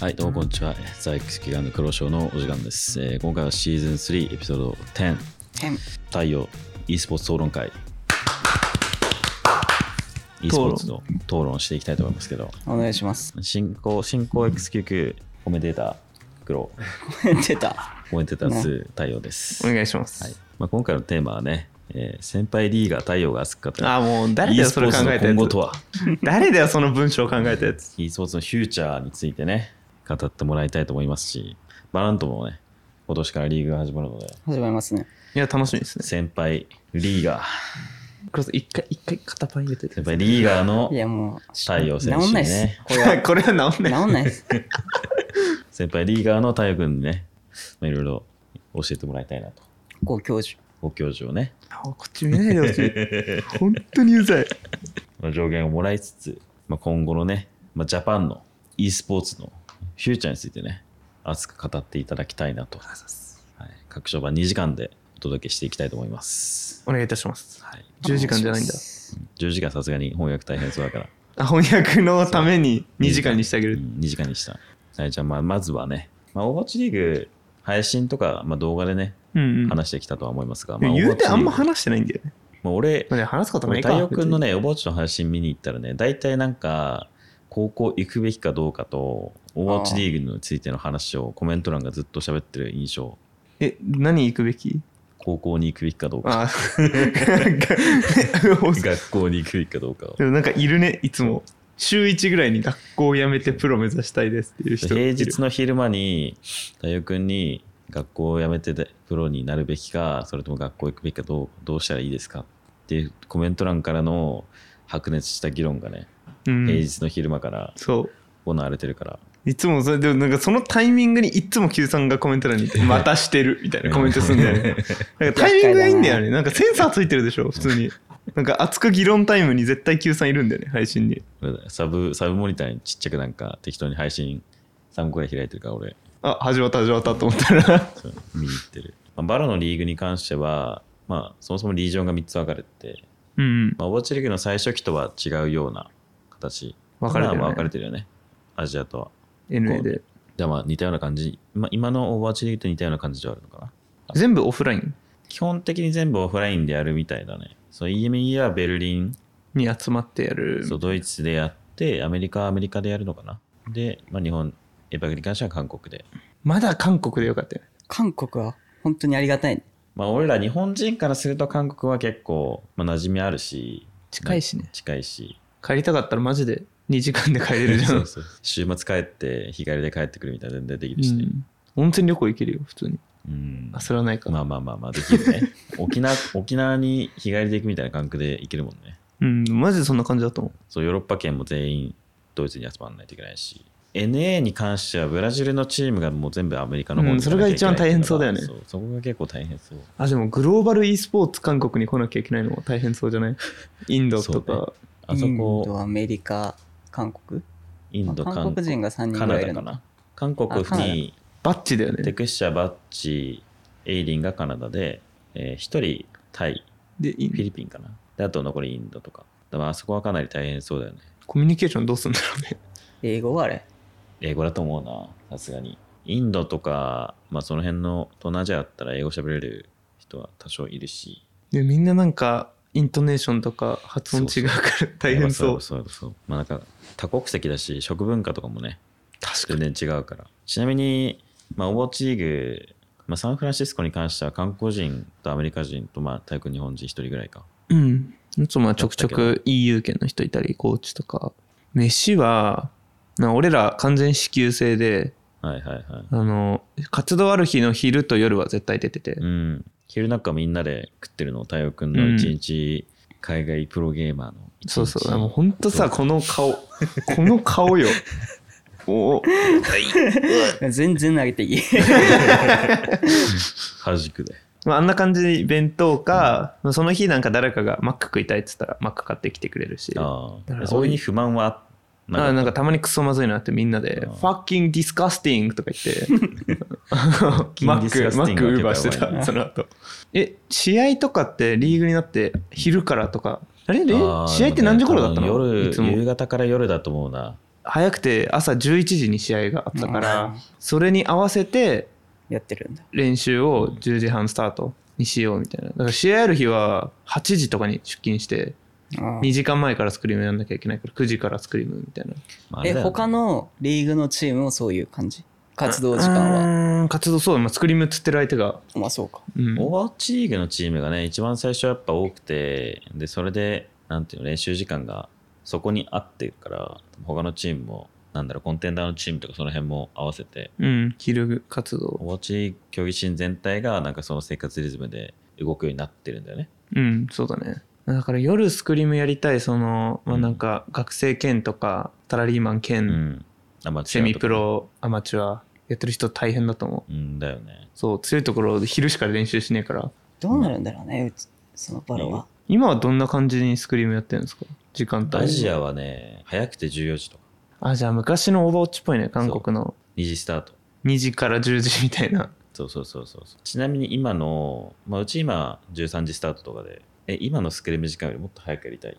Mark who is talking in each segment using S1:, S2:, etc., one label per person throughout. S1: はい、どうもこんにちは。在宅祈願の黒潮のお時間です、えー今回はシーズン3エピソード10、
S2: 変
S1: 太陽 e スポーツ討論会。e スポーツの討論をしていきたいと思いますけど、
S2: お願いします。
S1: 進行、進行 XQQ コメンテーター、黒、
S2: 出た。
S1: コメンテーター2、太陽です。
S3: お願いします。
S1: はいまあ、今回のテーマはね、えー先輩リーガー太陽が熱く語る。
S3: ああ、もう誰だ
S1: e
S3: よ、
S1: ス
S3: そ
S1: ポー
S3: れ考
S1: ツの
S3: えたや
S1: 今後
S3: つ
S1: と。は
S3: 誰だよ、その文章を考えたやつ。
S1: e スポーツのフューチャーについてね、語ってもらいたいと思いますし、バラントもね、今年からリーグが始まるので、
S2: 始まりますね。
S3: いや、楽しみですね。
S1: 先輩リーガー、
S3: クロス、一回、一回片パン入れてて
S1: 先。輩リーガーの
S2: いやもう、
S1: 太陽選手
S2: 治んない
S1: に
S2: っす
S1: ね、。
S2: これは
S3: これは治んない。
S2: 治んない っす。
S1: 先輩リーガーの太陽君にね、まあいろいろ教えてもらいたいなと、
S2: ご教授。
S1: ご教授をね、
S3: あこっち見ないでほしい。本当にうざい。
S1: まあ上限をもらいつつ、まあ、今後のね、まあ、ジャパンの e スポーツのフューチャーについてね、熱く語っていただきたいなと、はい、各所版2時間でお届けしていきたいと思います。
S3: お願いいたします。
S1: はい、
S3: 10時間じゃないんだ。
S1: 10時間さすがに翻訳大変そうだから。
S3: あ翻訳のために2時間にしてあげる。
S1: 2時間にした。はい、じゃあまあまずはね、まあ、オーバーチリーグ、配信とか、まあ、動画でね、
S3: うんうん。
S1: 話してきたとは思いますが、
S3: で
S1: まあ、
S3: も言うてあんま
S1: オーバーチリーグ
S3: 話してないんだよね。
S1: まあ、俺、
S3: まあね話すことない
S1: 俺
S3: か。
S1: 太陽君のね、オーバーチの配信見に行ったらね、大体なんか、高校行くべきかどうかと、オーバーチリーグについての話をコメント欄がずっと喋ってる印象、
S3: 別に。え、何行くべき
S1: 高校に行くべきかどうか、
S3: あー
S1: 学校に行くべきかどうかを
S3: でもなんかいるね、いつも。週1ぐらいに学校を辞めてプロ目指したいですっていう人い
S1: 平
S3: る。
S1: 日の昼間に太陽君に学校を辞めてでプロになるべきかそれとも学校行くべきかどうどうしたらいいですかっていうコメント欄からの白熱した議論がね、
S3: うん
S1: 平日の昼間から
S3: そう。
S1: 行われてるから
S3: いつもそれでもなんかそのタイミングにいつも Q さんがコメント欄に「またしてる」みたいなコメントするんだよねなんかタイミングがいいんだよねなんかセンサーついてるでしょ普通になんか熱く議論タイムに絶対 Q さんいるんだよね配信に
S1: サブサブモニターにちっちゃくなんか適当に配信3個ぐらい開いてるから俺
S3: あ始まった始まったと思ったら
S1: そう見に行ってる、まあ、バラのリーグに関してはまあそもそもリージョンが3つ分かれてて、
S3: うん
S1: まあ、オーバーチェリーグの最初期とは違うような形
S3: 分かれ
S1: ま
S3: てるね
S1: あまあ分かれてるよねアジアとは
S3: NA で
S1: じゃあまあ似たような感じ、まあ、今のオーバーチリーと似たような感じではあるのかな
S3: 全部オフライン
S1: 基本的に全部オフラインでやるみたいだねそう EME はベルリン
S3: に集まってやる
S1: そうドイツでやってアメリカはアメリカでやるのかなで、まあ、日本エパクに関しては韓国で
S3: まだ韓国でよかったよね
S2: 韓国は本当にありがたい。
S1: まあ俺ら日本人からすると韓国は結構、まあ、馴染みあるし
S3: 近いしね
S1: 近いし
S3: 帰りたかったらマジで2時間で帰れるじゃん
S1: そうそう週末帰って日帰りで帰ってくるみたいな全然できるしね、
S3: うん温泉旅行行けるよ普通に
S1: うん
S3: あそれはないか、
S1: まあまあまあまあできる ね沖縄沖縄に日帰りで行くみたいな感覚で行けるもんね
S3: うんマジでそんな感じだと思う
S1: そうヨーロッパ圏も全員ドイツに集まらないといけないし NA に関してはブラジルのチームがもう全部アメリカの方
S3: うん
S1: に行かなきゃいけない
S3: それが一番大変そうだよね
S1: そうそこが結構大変そう
S3: あでもグローバル e スポーツ韓国に来なきゃいけないのも大変そうじゃ ないインドと
S1: そう
S3: か、
S1: あそ
S2: インド、
S1: こ
S2: アメリカ、韓国。
S1: インド
S2: まあ
S1: 韓
S2: 韓国
S1: 国
S2: 人が3人
S1: カナ
S2: ぐらいい
S1: ダ
S2: る
S1: か
S2: の
S1: な韓
S2: あカ
S1: 国
S2: ナダ
S1: に
S3: バッチだよ
S1: テ
S3: ね
S1: クッシャバッチエイリンがカナダで、え1人タイ
S3: でイン
S1: フィリピンかなであと残りインドとかだからあそこはかなり大変そうだよね
S3: コミュニケーションどうすんだろうね
S2: 英語はあれ。
S1: 英語だと思うな、さすがに。インドとか、まあ、その辺の東南アジアだったら英語喋れる人は多少いるし。
S3: でみんななんかイントネーションとか発音違うから大変そう
S1: そうそうそう。まあなんか多国籍だし、食文化とかもね、全然違うから。ちなみに、まあ、オーバーチリーグ、まあ、サンフランシスコに関しては韓国人とアメリカ人と、まあ、大国日本人一人ぐらいか。
S3: うんいつもはちょくちょく EU 圏の人いたりコーチとか飯はな俺ら完全支給制で
S1: はいはいはい。
S3: あの活動ある日の昼と夜は絶対出てて、
S1: うん。昼なんかみんなで食ってるの、太陽君の一日、海外プロゲーマーの一日。
S3: そうそう、もうほんとさ、この顔、この 顔よ。おお、
S2: 全然投げていい。
S1: 端くで。
S3: まあ、あんな感じで弁当か、まあその日なんか誰かがマック食いたいっつったらマック買ってきてくれるし、あ
S1: あ
S3: だか
S1: あ、
S3: ら
S1: そういう不満はなん
S3: あ
S1: か
S3: なんかたまにクソまずいなってみんなで
S1: あ、
S3: ファッキンディスカスティングとか言 って、マ
S1: ディスカス
S3: ック、
S1: テ
S3: マ
S1: ィン
S3: ッ
S1: グ
S3: ク
S1: は
S3: ウ
S1: 結
S3: ー
S1: 構
S3: バーして
S1: やばい
S3: た、
S1: な
S3: その後。え、試合とかってリーグになって昼からとか、あれれ
S1: あー
S3: 試合って何時頃だったの
S1: でもね多分
S3: いつも
S1: 夜、夕方から夜だと思うな。
S3: 早くて朝11時に試合があったから、
S2: うん
S3: それに合わせて
S2: やってるんだ。
S3: 練習を10時半スタートにしようみたいなだから試合ある日は8時とかに出勤して
S2: あ
S3: 2時間前からスクリームやんなきゃいけないから9時からスクリームみたいな
S1: まああれ
S2: え、
S1: だよね
S2: 他のリーグのチームもそういう感じ活動時間は。
S3: は活動そう、まあ、スクリームっつってる相手が、
S2: まあそうか。
S3: うん、
S1: オーバーウォッチリーグのチームがね、一番最初やっぱ多くて、で、それで、なんていうの、練習時間がそこに合ってるから、他のチームも、なんだろう、コンテンダーのチームとかその辺も合わせて、
S3: うん、昼活
S1: オー
S3: 動、
S1: バーウォッチリーグ競技シーン全体が、なんかその生活リズムで動くようになってるんだよね。
S3: うん、そうだね。だから夜スクリームやりたい、その、まあ、なんか学生兼とか、サラリーマン
S1: う
S3: 兼、
S1: ん。あまあ
S3: セミプ。ロ、アマチュア、やってる人大変だと思う。
S1: うんだよね。
S3: そう、強いところ、昼しか練習しねえから、
S2: どうなるんだろうね、うちそのバロは。
S3: 今はどんな感じにスクリームやってるんですか時間帯。
S1: アジアはね、早くて14時とか、
S3: あ、じゃあ昔のオーバーウォッチっぽいね、韓国の
S1: 2時スタート。
S3: 2時から10時みたいな。
S1: そうそうそうそうそう。ちなみに今の、まあ、うち今13時スタートとかで、え、今のスクリーム時間よりもっと早くやりたい。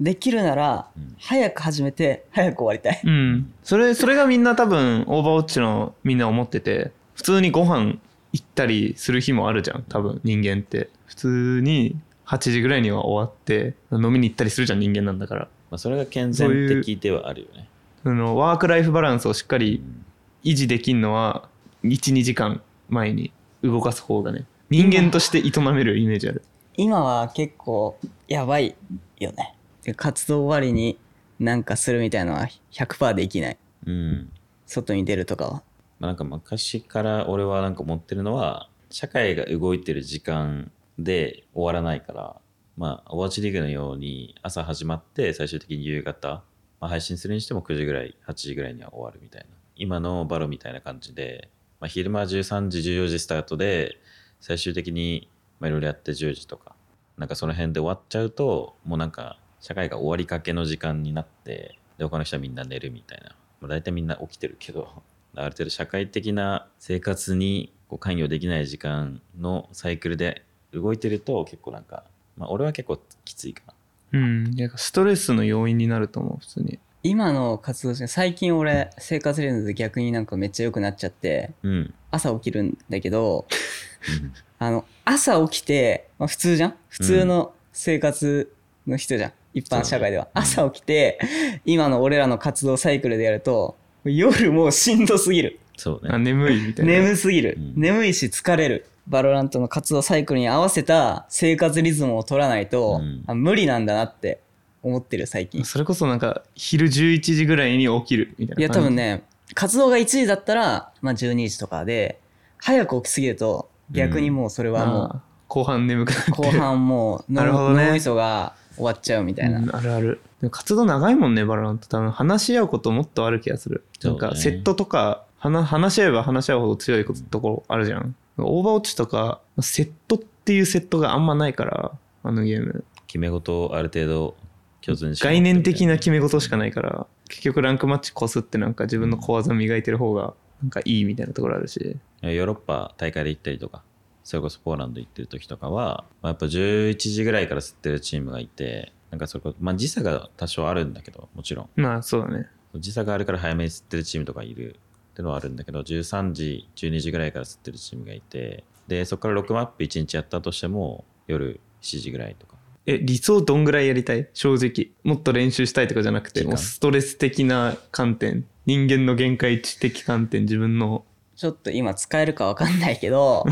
S2: できるなら、
S1: うん
S2: 早く始めて、早く終わりたい。
S3: うん。それ、それがみんな多分、オーバーウォッチのみんな思ってて、普通にご飯行ったりする日もあるじゃん、多分、人間って。普通に8時ぐらいには終わって、飲みに行ったりするじゃん、人間なんだから。
S1: まあ、それが健全的ではあるよね。
S3: その、ワークライフバランスをしっか
S1: う
S3: り
S1: ん
S3: 維持できんのは、1、2時間前に動かす方がね、人間として営めるイメージある。
S2: 今は結構やばいよね。活動終わりになんかするみたいなのは100%できない。
S1: うん
S2: 外に出るとかは。
S1: まあ、なんか昔から俺はなんか思ってるのは社会が動いてる時間で終わらないから、まあ、オーチリーグのように朝始まって最終的に夕方、まあ、配信するにしても9時ぐらい8時ぐらいには終わるみたいな今のバロみたいな感じで、まあ、昼間13時14時スタートで最終的にまあいろいろやって10時とかなんかその辺で終わっちゃうともうなんか社会が終わりかけの時間になってで他の人はみんな寝るみたいな、まあ、大体みんな起きてるけどある程度社会的な生活にこう関与できない時間のサイクルで動いてると結構なんか、まあ、俺は結構きついかな。
S3: うん。なんかストレスの要因になると思う、普通に。
S2: 今の活動時間、最近俺生活リズムで逆になんかめっちゃ良くなっちゃって、
S1: うん。
S2: 朝起きるんだけど、あの、朝起きて、まあ、普通じゃん普通の生活の人じゃん、一般社会では。
S1: うん
S2: 朝起きて、今の俺らの活動サイクルでやると、夜もうしんどすぎる。
S1: そう
S3: あ、
S1: ね。
S3: 眠いみたいな。
S2: 眠すぎる、
S1: うん
S2: 眠いし疲れるバロラントの活動サイクルに合わせた生活リズムを取らないと、
S1: うん
S2: あ無理なんだなって思ってる最近
S3: それこそなんか昼11時ぐらいに起きるみた
S2: い
S3: いな
S2: や多
S3: 感じ。
S2: 分ね活動が1時だったら、まあ、12時とかで早く起きすぎると逆にもうそれはも
S3: ああ後半眠くなって
S2: う後半 もう
S3: なるほど
S2: 脳
S3: ね
S2: みそが終わっちゃうみたいな、
S3: うんあるあるでも活動長いもんねバランと多分話し合うこともっとある気がする、
S1: そ
S3: な
S1: うんね
S3: かセットとか話話し合えば話し合うほど強いこと,、ところあるじゃんオーバーウォッチとかセットっていうセットがあんまないからあのゲーム
S1: 決め事をある程度共通にして
S3: 概念的な決め事しか
S1: ない。
S3: ないから結局ランクマッチこすってなんか自分の小技磨いてる方がなんかいいみたいなところあるし
S1: ヨーロッパ大会で行ったりとかそれこそポーランド行ってる時とかは、まあ、やっぱ11時ぐらいから吸ってるチームがいてなんかそれこまあ、時差が多少あるんだけどもちろん
S3: まあそうだね
S1: 時差があるから早めに吸ってるチームとかいるってのはあるんだけど13時12時ぐらいから吸ってるチームがいてでそこから6マップ1日やったとしても夜7時ぐらいとか
S3: え理想どんぐらいやりたい正直もっと練習したいとかじゃなくて
S1: 時間
S3: もうストレス的な観点人間の限界値的観点自分の
S2: ちょっと今使えるかわかんないけ ど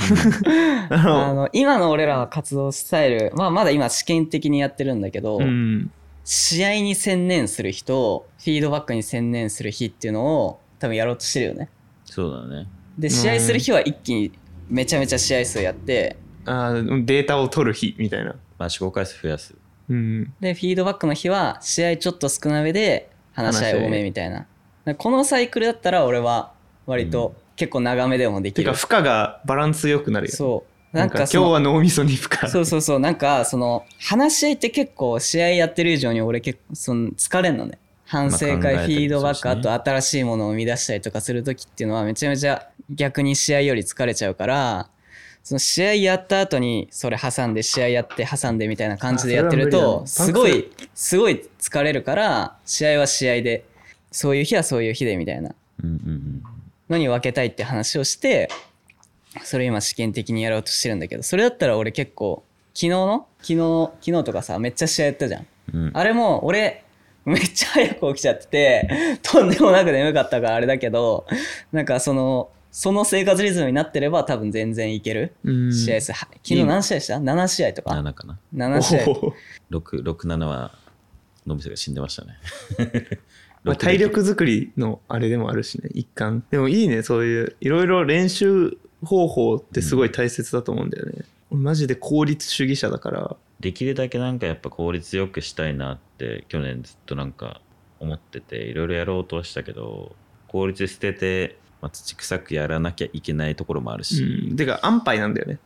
S3: あの
S2: あの今の俺らの活動スタイル、まあ、まだ今試験的にやってるんだけど、
S3: うん
S2: 試合に専念する日とフィードバックに専念する日っていうのを多分やろうとしてるよね
S1: そうだね
S2: で試合する日は一気にめちゃめちゃ試合数やって
S3: あーデータを取る日みたいな
S1: まあ試行回数増やす
S3: うん
S2: でフィードバックの日は試合ちょっと少なめで話し合い多めみたいなでこのサイクルだったら俺は割と結構長めでもでき
S3: て
S2: る、
S3: か負荷がバランスよくなるよ
S2: そうな
S3: なん
S2: ん
S3: か
S2: かそ
S3: 今
S2: の
S3: 日は脳みそに負荷
S2: そうそうそうなんかその話し合いって結構試合やってる以上に俺結構その疲れんのね反省
S1: まあ
S2: 会、
S1: 考えたりもする
S2: フ
S1: しね
S2: ィードバックあと新しいものを生み出したりとかする時っていうのはめちゃめちゃ逆に試合より疲れちゃうからその試合やった後にそれ挟んで試合やって挟んでみたいな感じでやってる
S3: あそれは無
S2: と
S3: 理だ
S2: すごいすごい疲れるから試合は試合でそういう日はそういう日でみたいな
S1: うんうん
S2: のに分けたいって話をしてそれ今試験的にやろうとしてるんだけどそれだったら俺結構昨日の昨日昨日とかさめっちゃ試合やったじゃん
S1: うんうん
S2: あれも俺めっちゃ早く起きちゃっててとんでもなく眠かったからあれだけどなんかそのその生活リズムになってれば多分全然いける
S3: うん
S2: 試合数、は昨日何試合した ?7 試合とか
S1: 7かな
S2: 7試合
S3: おお
S1: 667はのびせが死んでま したね
S3: まあ、体力作りのあれでもあるしね一環でもいいねそういういろいろ練習方法ってすごい大切だと思うんだよね、俺マジで効率主義者だから
S1: できるだけなんかやっぱ効率よくしたいなって去年ずっとなんか思ってていろいろやろうとはしたけど効率捨てて、まあ、土臭くやらなきゃいけないところもあるし、
S3: うんてか安牌なんだよね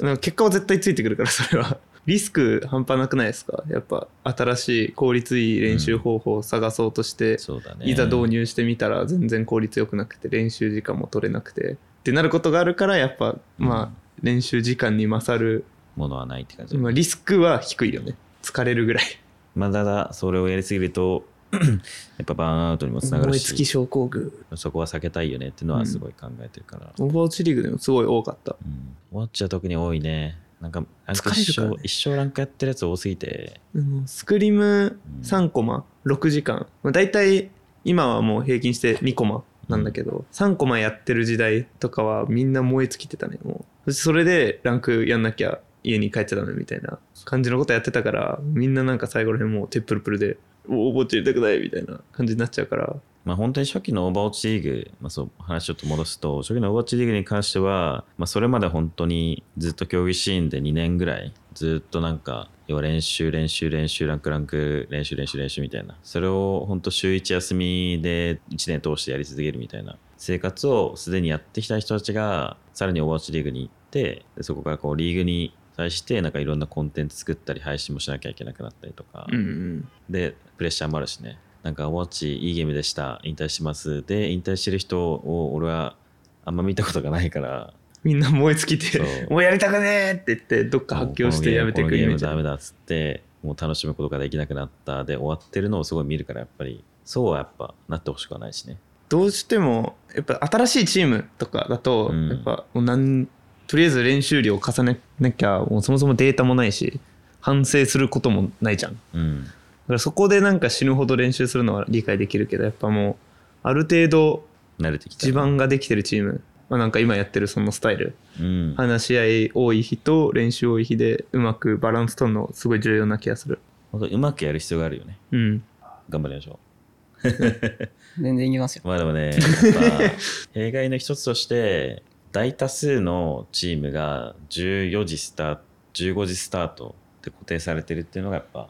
S3: なんか結果は絶対ついてくるから それはリスク半端なくないですかやっぱ新しい効率いい練習方法を探そうとして、
S1: そうだね
S3: いざ導入してみたら全然効率よくなくて練習時間も取れなくてってなることがあるからやっぱまあ練習時間に勝る、
S1: ものはないって感じ、
S3: まあ、リスクは低いよね疲れ るぐらい
S1: まあ、ただそれをやりすぎると やっぱバーンアウトにもつながる
S3: 燃え尽き
S1: し
S3: 症候群
S1: そこは避けたいよねっていうのはすごい考えてるから、
S3: オーバーウォッチリーグでもすごい多かった
S1: うんウォッチは特に多いねなんかあの
S3: 疲れる
S1: 一
S3: から
S1: 生
S3: ね
S1: 一生ランクやってるやつ多すぎて
S3: あのスクリーム3コマ6時間、まあ、大体今はもう平均して2コマなんだけど、3コマやってる時代とかはみんな燃え尽きてたねもうそしてそれでランクやんなきゃ家に帰っちゃダメみたいな感じのことやってたからみんななんか最後ら辺もう手プルプルで「おおぼっち入れたくない」みたいな感じになっちゃうから
S1: まあ、本当に初期のオーバーウォッチリーグ、まあ、そう話ちょっと戻すと初期のオーバーウォッチリーグに関しては、まあ、それまで本当にずっと競技シーンで2年ぐらいずっとなんか要は練習練習練習ランクランク練習練習練習みたいなそれを本当週1休みで1年通してやり続けるみたいな生活をすでにやってきた人たちがさらにオーバーウォッチリーグに行ってでそこからこうリーグに対してなんかいろんなコンテンツ作ったり配信もしなきゃいけなくなったりとか、
S3: うん
S1: でプレッシャーもあるしねなんかウォッチいいゲームでした引退しますで引退してる人を俺はあんま見たことがないから
S3: みんな燃え尽きて
S1: そう
S3: 「もうやりたくねえ!」って言ってどっか 発狂してやめてく
S1: る
S3: る
S1: ゲー
S3: み
S1: ム
S3: た
S1: ダ
S3: い
S1: メ
S3: な
S1: だっつってもう楽しむことができなくなったで終わってるのをすごい見るからやっぱりそうはやっぱなってほしくはないしね
S3: どうしてもやっぱ新しいチームとかだと、
S1: うん
S3: やっぱもうなんとりあえず練習量を重ねなきゃもうそもそもデータもないし反省することもないじゃんだ
S1: うん
S3: からそこでなんか死ぬほど練習するのは理解できるけどやっぱもうある程度
S1: 慣れてきた
S3: 地盤ができてるチーム、まあ、なんか今やってるそのスタイル
S1: うん
S3: 話し合い多い日と練習多い日でうまくバランス取るのすごい重要な気がする
S1: 本当にうまくやる必要があるよね
S3: うん
S1: 頑張りましょう
S2: 全然いきますよ
S1: まあでもね、や っぱ弊害の一つとして、大多数のチームが14時スタート、15時スタートって固定されてるっていうのがやっぱ、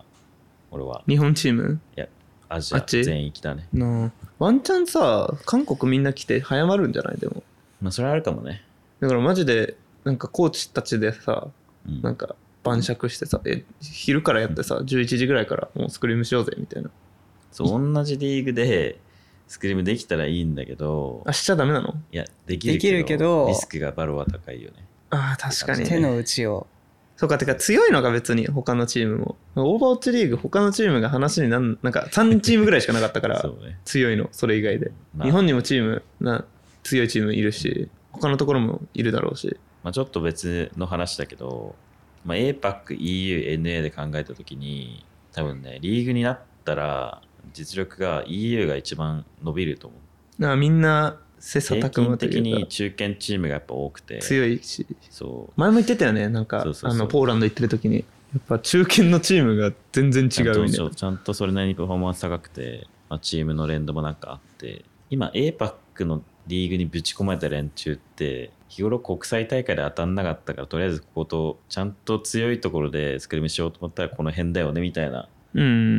S1: 俺は
S3: 日本チーム
S1: アジ
S3: あ
S1: ア
S3: っち
S1: 全域だね。
S3: のワンチャンさ韓国みんな来て早まるんじゃないでも
S1: まあそれはあるかもね。
S3: だからマジでなんかコーチたちでさ
S1: うん
S3: なんか晩酌してさえ昼からやってさ11時ぐらいからもうスクリームしようぜみたいな
S1: そう同じリーグでスクリームできたらいいんだけど
S3: あ、しちゃダメなの
S1: いや、できる
S2: できるけど
S1: リスクがバロは高いよね。
S3: あー確か
S1: うん
S3: に
S2: 手の内を
S3: そうかてか強いのが別に他のチームもオーバーウォッチリーグ他のチームが話になんなんか3チームぐらいしかなかったから
S1: そうね。
S3: 強いのそれ以外で
S1: まあ
S3: 日本にもチームな強いチームいるし他のところもいるだろうし
S1: まあ、ちょっと別の話だけど、まあ、APAC、EU、NA で考えたときに、多分ね、リーグになったら、実力が EU が一番伸びると思う。
S3: なんかみんな切磋
S1: 平
S3: 琢
S1: 均
S3: 磨と
S1: 的
S3: いう
S1: に
S3: か
S1: 中堅チームがやっぱ多くて、
S3: 強いし
S1: そう。
S3: 前も言ってたよねなんか
S1: そうそうそう
S3: あのポーランド行ってる時にやっぱ中堅のチームが全然違
S1: ちゃん
S3: う
S1: と
S3: みたい
S1: そ
S3: な
S1: うちゃんとそれなりにパフォーマンス高くて、まあ、チームの連動もなんかあって、今 APAC のリーグにぶち込まれた連中って、日頃国際大会で当たんなかったから、とりあえずここと、ちゃんと強いところでスクリームしようと思ったらこの辺だよね、みたいな
S3: うん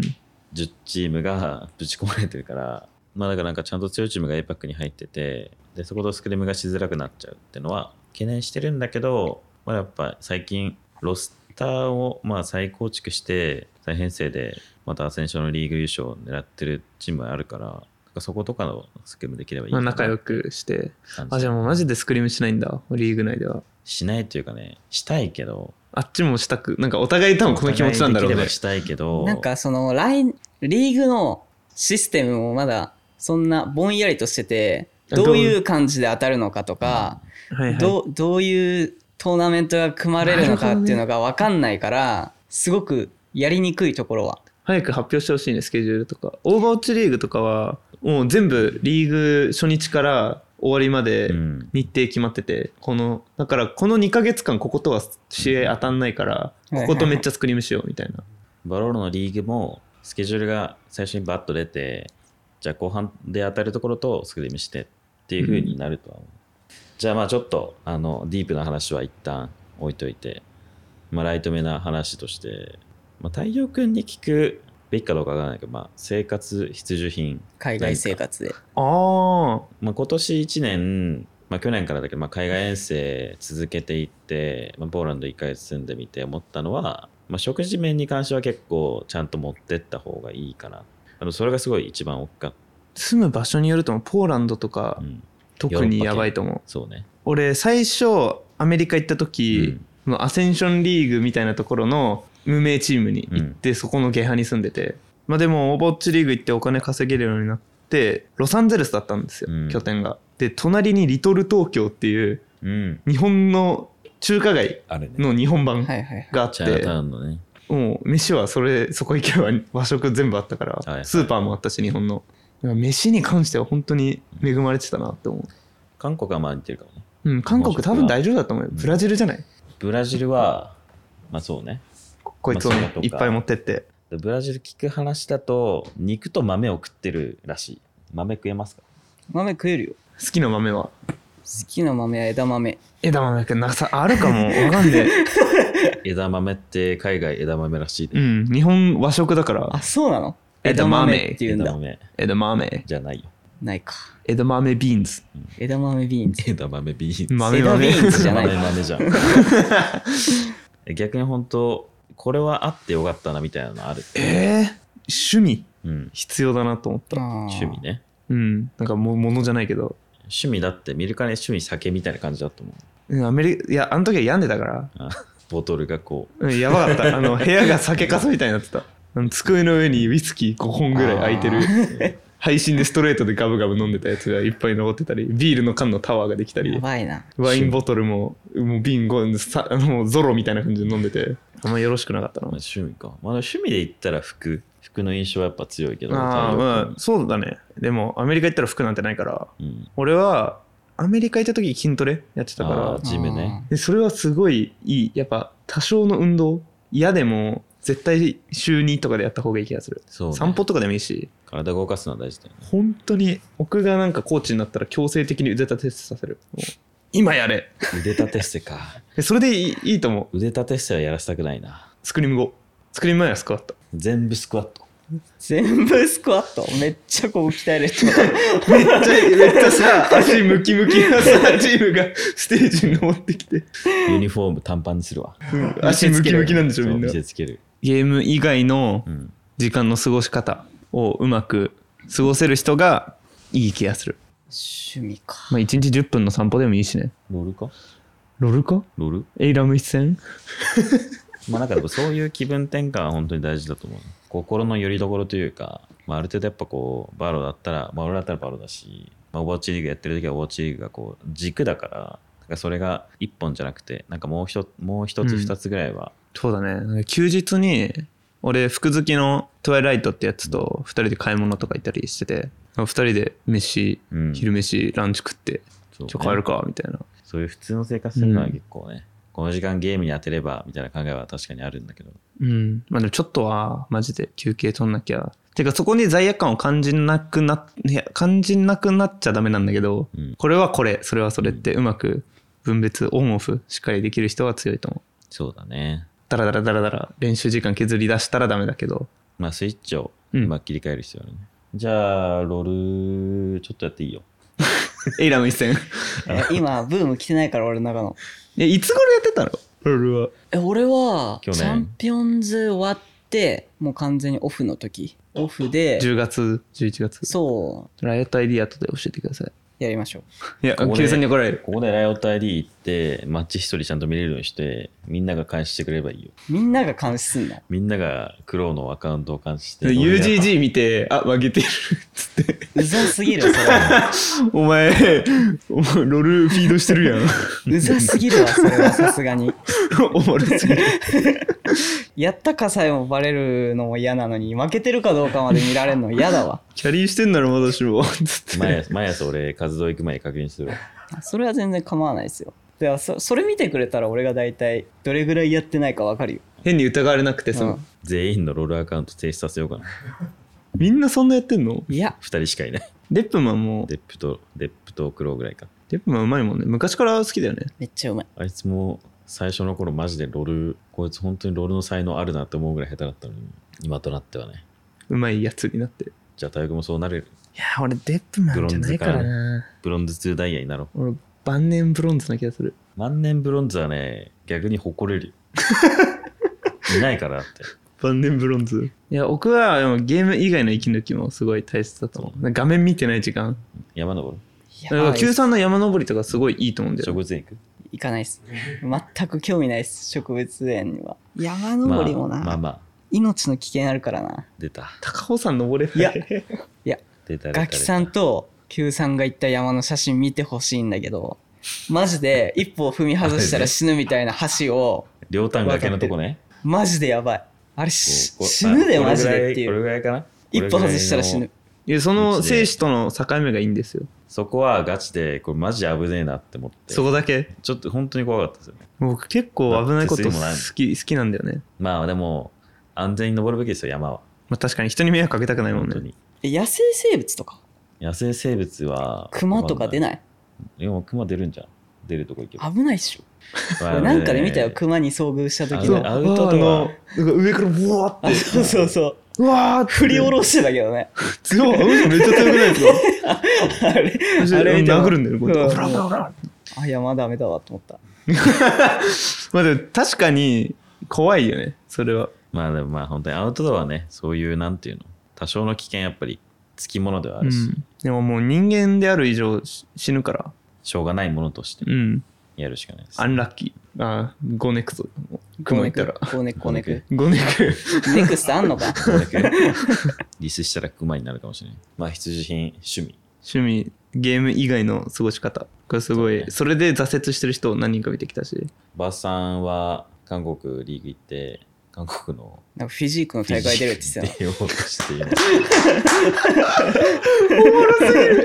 S1: 10チームがぶち込まれてるから、まあだからなんかちゃんと強いチームが APAC に入ってて、で、そことスクリームがしづらくなっちゃうっていうのは懸念してるんだけど、まあやっぱ最近ロスターをまあ再構築して、再編成でまたアセンションのリーグ優勝を狙ってるチームがあるから、なんかそことかのスクリームできればいい
S3: ま
S1: か
S3: あ
S1: な
S3: 仲良くして
S1: 感
S3: あじゃあもうマジでスクリームしないんだリーグ内では
S1: しないというかね、したいけど、
S3: あっちもしたくなんかお互い多分この気持ちなんだろう
S1: お互いできれ
S3: ね
S1: ばしたいけど、
S2: なんかそのラインリーグのシステムもまだそんなぼんやりとしててどういう感じで当たるのかとか、
S3: はいはい
S2: どうどういうトーナメントが組まれるのかっていうのが分かんないからすごくやりにくいところは。
S3: 早く発表してほしいねスケジュールとかオーバーウォッチリーグとかはもう全部リーグ初日から終わりまで
S1: うん
S3: 日程決まってて、このだからこの2ヶ月間こことは試合当たんないから
S2: うん
S3: こことめっちゃスクリームしようみたいな
S1: バローロのリーグもスケジュールが最初にバッと出てじゃあ後半で当たるところとスクリームしてっていう風になるとは思う、じゃあまあちょっとあのディープな話は一旦置いといて、まあ、ライト目な話として、まあ、太陽君に聞くべきかどうかわからないけど、まあ、生活必需品
S2: 海外生活で。
S3: あ
S1: まあ、今年1年、まあ、去年からだけど、まあ、海外遠征続けていって、まあ、ポーランド1ヶ月住んでみて思ったのは、まあ、食事面に関しては結構ちゃんと持ってった方がいいかなあのそれがすごい一番大きかっ
S3: 住む場所によると思うポーランドと
S1: た、
S3: か
S1: うん
S3: 特にやばいと思う
S1: そうね、
S3: 俺最初アメリカ行った時、そのアセンションリーグみたいなところの無名チームに行って、そこの下派に住んでてまあでもオーバーウォッチリーグ行ってお金稼げるようになってロサンゼルスだったんですよ、
S1: うん
S3: 拠点がで隣にリトル東京っていう
S1: うん、うん、
S3: 日本の中華街
S1: あれね
S3: の日本
S2: は
S3: 版
S2: いはいはい。
S3: があっ
S1: チ
S3: て、
S1: ャイナタウンのね
S3: もう飯はそれそこ行けば和食全部あったから、
S1: いはい
S3: スーパーもあったし日本のだから飯に関しては本当に恵まれてたなって思
S1: 韓国はまあ似てるかもね
S3: う、うん、韓国多分大丈夫だと思うよ
S1: うん
S3: ブラジルじゃない
S1: ブラジルはまあそうね
S3: ここいつを
S1: まあ
S3: ね
S1: そうか
S3: いっぱい持ってって
S1: でブラジル聞く話だと肉と豆を食ってるらしい豆食えますか
S2: 豆食えるよ。
S3: 好きな豆は
S2: 好きな豆は枝豆。
S3: 枝豆くんなんかさあるかもわかんねえ
S1: 枝豆って海外枝豆らしい で、
S3: うん日本和食だから
S2: あ、そうなの
S3: 枝豆
S2: っていうん
S1: 枝
S2: だ。
S1: 豆
S3: 枝豆
S1: じゃないよ
S2: ないか。
S3: 枝豆ビーンズ
S2: 枝豆ビーンズ。
S1: 枝豆ビーンズ
S3: 豆
S2: 枝
S3: 豆
S2: ビーンズじゃない
S1: 豆豆じゃん 逆に本当これはあってよかったなみたいなのある、
S3: えー、趣味
S1: うん、
S3: 必要だなと思った
S1: 趣味ね
S3: うんなんかもものじゃないけど
S1: 趣味だって見るからに趣味酒みたいな感じだと思う
S3: うんアメリいやあの時は病んでたから
S1: ボトルがこう
S3: うん、やばか った。あの、部屋が酒かすみたいになってた。あの机の上にウイスキー5本ぐらい空いて
S2: あ
S3: る。配信でストレートでガブガブ飲んでたやつがいっぱい残ってたり、ビールの缶のタワーができた
S2: や
S3: り、
S2: ばいな。
S3: ワインボトルも、もう瓶5、さあのゾロみたいな感じで飲んでて、あんまよろしくなかったな。
S1: まあ趣味か、まあ、趣味で言ったら服服の印象はやっぱ強いけど
S3: ああ、
S1: 太陽
S3: まあ、そうだね。でも、アメリカ行ったら服なんてないから、
S1: 君うん
S3: 俺は、アメリカ行った時筋トレやってたか
S1: あ
S3: ら
S1: ー、ジムね
S3: でそれはすごいいい。やっぱ、多少の運動、嫌でも、絶対週2とかでやった方がいい気がする。
S1: そう、ね、
S3: 散歩とかでもいいし
S1: 体動かすのは大事だよね
S3: 本当に僕がなんかコーチになったら強制的に腕立て伏せさせるもう今やれ
S1: 腕立て伏せか
S3: えそれでいいいいと思う
S1: 腕立て伏せはやらせたくないな
S3: スクリーム後スクリーム前はスクワット
S1: 全部スクワット
S2: 全部スクワット。めっちゃこう鍛える人。
S3: めっちゃめっちゃさ足ムキムキなさチームがステージに登ってきて、
S1: ユニフォーム短パンにす るわ
S3: うん足ムキムキなんでしょ
S1: そう
S3: みんな
S1: 見せつける、
S3: ゲーム以外の
S1: うん、
S3: 時間の過ごし方をうまく過ごせる人がいい気がする
S2: 趣味か。
S3: まあ1日10分の散歩でもいいしね
S1: ロールか
S3: ロルか
S1: ロール
S3: エイラム一戦
S1: まあなんかでもそういう気分転換は本当に大事だと思う。心の拠り所というか、まあ、ある程度やっぱこう、バロだったら、まあ俺だったらバロだし、まあ、オーバーウォッチリーグやってる時はオーバーウォッチリーグがこう、軸だから、だからそれが一本じゃなくて、なんかもう一つ、もう一つ
S3: うん
S1: 二つぐらいは、
S3: そうだね休日に俺服好きのトワイライトってやつと2人で買い物とか行ったりしてて2人で飯
S1: うん
S3: 昼飯ランチ食って
S1: そう
S3: ちょ
S1: ね
S3: 帰るかみたいな
S1: そういう普通の生活するのは結構ね、この時間ゲームに当てればみたいな考えは確かにあるんだけど、
S3: うんまあでもちょっとはマジで休憩取んなきゃてかそこに罪悪感を感じなくないや感じなくなっちゃダメなんだけど
S1: うん、
S3: これはこれそれはそれってうまく分別オンオフしっかりできる人は強いと思う
S1: そうだね。
S3: ダラダラダラダラ練習時間削り出したらダメだ けど
S1: まあスイッチを
S3: う
S1: うんまく切り替える必要あるね。じゃあ、ロール、ちょっとやっていいよ。
S3: エイラの一戦
S2: え今、ブーム来てないから、俺の中の。
S3: えいつ頃やってたの俺は
S2: え、俺は、チ
S1: 去年
S2: ャンピオンズ終わって、もう完全にオフの時。オフで、
S3: 10月11月
S2: そ
S3: ライオットアイディアとで教えてください。
S2: う、やりましょう。
S3: いや
S1: ここで
S3: Q さんに怒られる
S1: ここでライオット ID 行って、マッチ一人ちゃんと見れるようにして、みんなが監視してくれればいいよ。
S2: みんなが監視すんな。
S1: みんながクローのアカウントを監視して。
S3: UGG 見てあ分けてるつって
S2: うざすぎるわ、それは。
S3: お前お前ロルフィードしてる やん
S2: うざすぎるわ、それは、さすがに。
S3: おもろすぎる
S2: やったかさえもバレるのも嫌なのに、負けてるかどうかまで見られるの嫌だわ。
S3: キャリーしてんならまだしもつって
S1: 毎朝毎朝俺、活動行く前に確認するわ。
S2: それは全然構わないですよ。ではそそれ見てくれたら俺が大体どれぐらいやってないかわかるよ。
S3: 変に疑われなくてその、
S2: うん
S1: 全員のロールアカウント停止させようかな。
S3: みんなそんなやってんの
S2: いや、
S1: 2人しかいない。
S3: デップマンも
S1: デップと、デップとクローぐらいか。
S3: デップマンうまいもんね昔から好きだよね
S2: めっちゃうまい。
S1: あいつも最初の頃マジでロール、こいつ本当にロールの才能あるなって思うぐらい下手だったのに、今となってはね。
S3: うまいやつになってる
S1: じゃあ大学もそうなれる。
S3: いや俺デップマンじゃないから
S1: ブロンズか
S3: な
S1: ブロンズ2ダイヤになろう。
S3: 俺晩年ブロンズな気がする
S1: 万年ブロンズはね、逆に誇れるよ。いないからだって。
S3: 晩年ブロンズいや僕はでもゲーム以外の息抜きもすごい大切だと思う画面見てない時間
S1: 山登る
S2: い
S3: だから
S2: や、
S3: Q さんの山登りとかすごいいいと思うんだよ
S1: 植
S3: ね
S1: 物園行く
S2: 行かないです。全く興味ないです、植物園には。山登りもな、
S1: まあまあ、
S2: 命の危険あるからな。
S1: 出た。
S3: 高尾山登れない
S1: 出た出た。
S2: ガキさん
S1: 出
S2: と Q さんが行った山の写真見てほしいんだけど、マジで一歩踏み外したら死ぬみたいな橋を、
S1: た。両端崖のとこね。
S2: マジでやばい。あれし
S1: こうこう
S2: 死ぬで
S1: あ
S2: マジでってい
S1: これ
S2: う。
S1: ぐらいこれぐらいかな
S2: 一歩外したら死。
S1: これぐいの。
S2: ぬ
S3: いやその生死との境目がいいんですよ
S1: そこはガチで、これマジ危ねえなって思って。
S3: そこだけ
S1: ちょっと本当に怖かったですよね。
S3: 僕結構危ないこと
S1: だって水
S3: 好
S1: 位もない
S3: き好きなんだよね
S1: まあでも、安全に登るべきですよ、山は。
S3: まあ確かに人に迷惑かけたくないもん
S1: 本当
S3: ね
S1: に。
S2: え野生生物とか
S1: 野生生物は。
S2: 熊とか出
S1: ない。
S2: ない
S1: でも熊出るんじゃん。出るとこ行けば。
S2: 危ないっしょ。
S1: まあ
S2: 俺なんかで見たよ、
S1: ね
S2: 熊に遭遇した時
S1: そう
S2: の。
S1: アウトドア
S3: あのなんか上からブワー
S2: あ、
S3: って
S2: そうそうそう。
S3: うわーって
S2: 振り下ろしてたけどね。
S3: 強いめっちゃ強くないですか
S2: あれ、
S3: あ
S2: あれ見ても
S3: 殴るんだよこうやって
S2: うん
S3: ブラブラブラ
S2: あ、山ダメだわと思った。
S3: まあでも確かに怖いよねそれは
S1: まあでもまあ本当にアウトドアはね、そういうなんていうの、多少の危険やっぱりつきものではあるし、
S3: うん、でももう人間である以上し死ぬから
S1: しょうがないものとして
S3: うん
S1: やるしかないです。
S3: アンラッキーああゴネクぞ熊いたら
S2: コネク、コネク。
S3: ゴネク
S2: ネクストあん のか
S1: これだけリスしたらクマになるかもしれない。まあ必需品、趣味。
S3: 趣味ゲーム以外の過ごし方これすごいそれで挫折してる人を何人か見てきたし
S1: ばあさんは韓国リーグ行って、韓国の
S2: なんかフィジークの大会出るって言ってたよ
S1: 出ようとしてい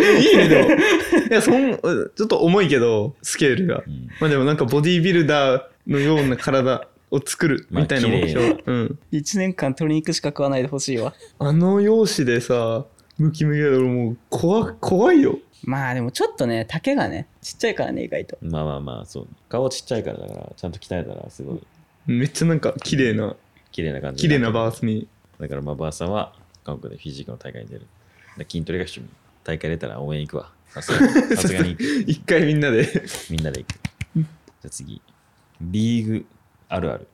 S1: る。
S3: いいねでも いやそんちょっと重いけどスケールが
S1: うん
S3: まあでもなんかボディービルダーのような体を作るみたいな目標、
S1: まあ綺
S3: うん
S2: な。1年間鶏肉しか食わないでほしいわ。
S3: あの容姿でさムキムキだからもう怖怖いよ
S2: まあでもちょっとね、丈がね、ちっちゃいからね、意外と。
S1: まあまあまあ、そう。顔ちっちゃいからだから、ちゃんと鍛えたらすごい
S3: めっちゃなんか綺麗な
S1: 綺麗な感じ
S3: 綺麗なバー
S1: ス。
S3: スに
S1: だからまあばあさんは韓国でフィジークの大会に出る。だから筋トレが趣味。大会出たら応援行くわ。さ すがにさすがに行く。
S3: 一回みんなで
S1: みんなで行く。じゃあ次。リーグあるある。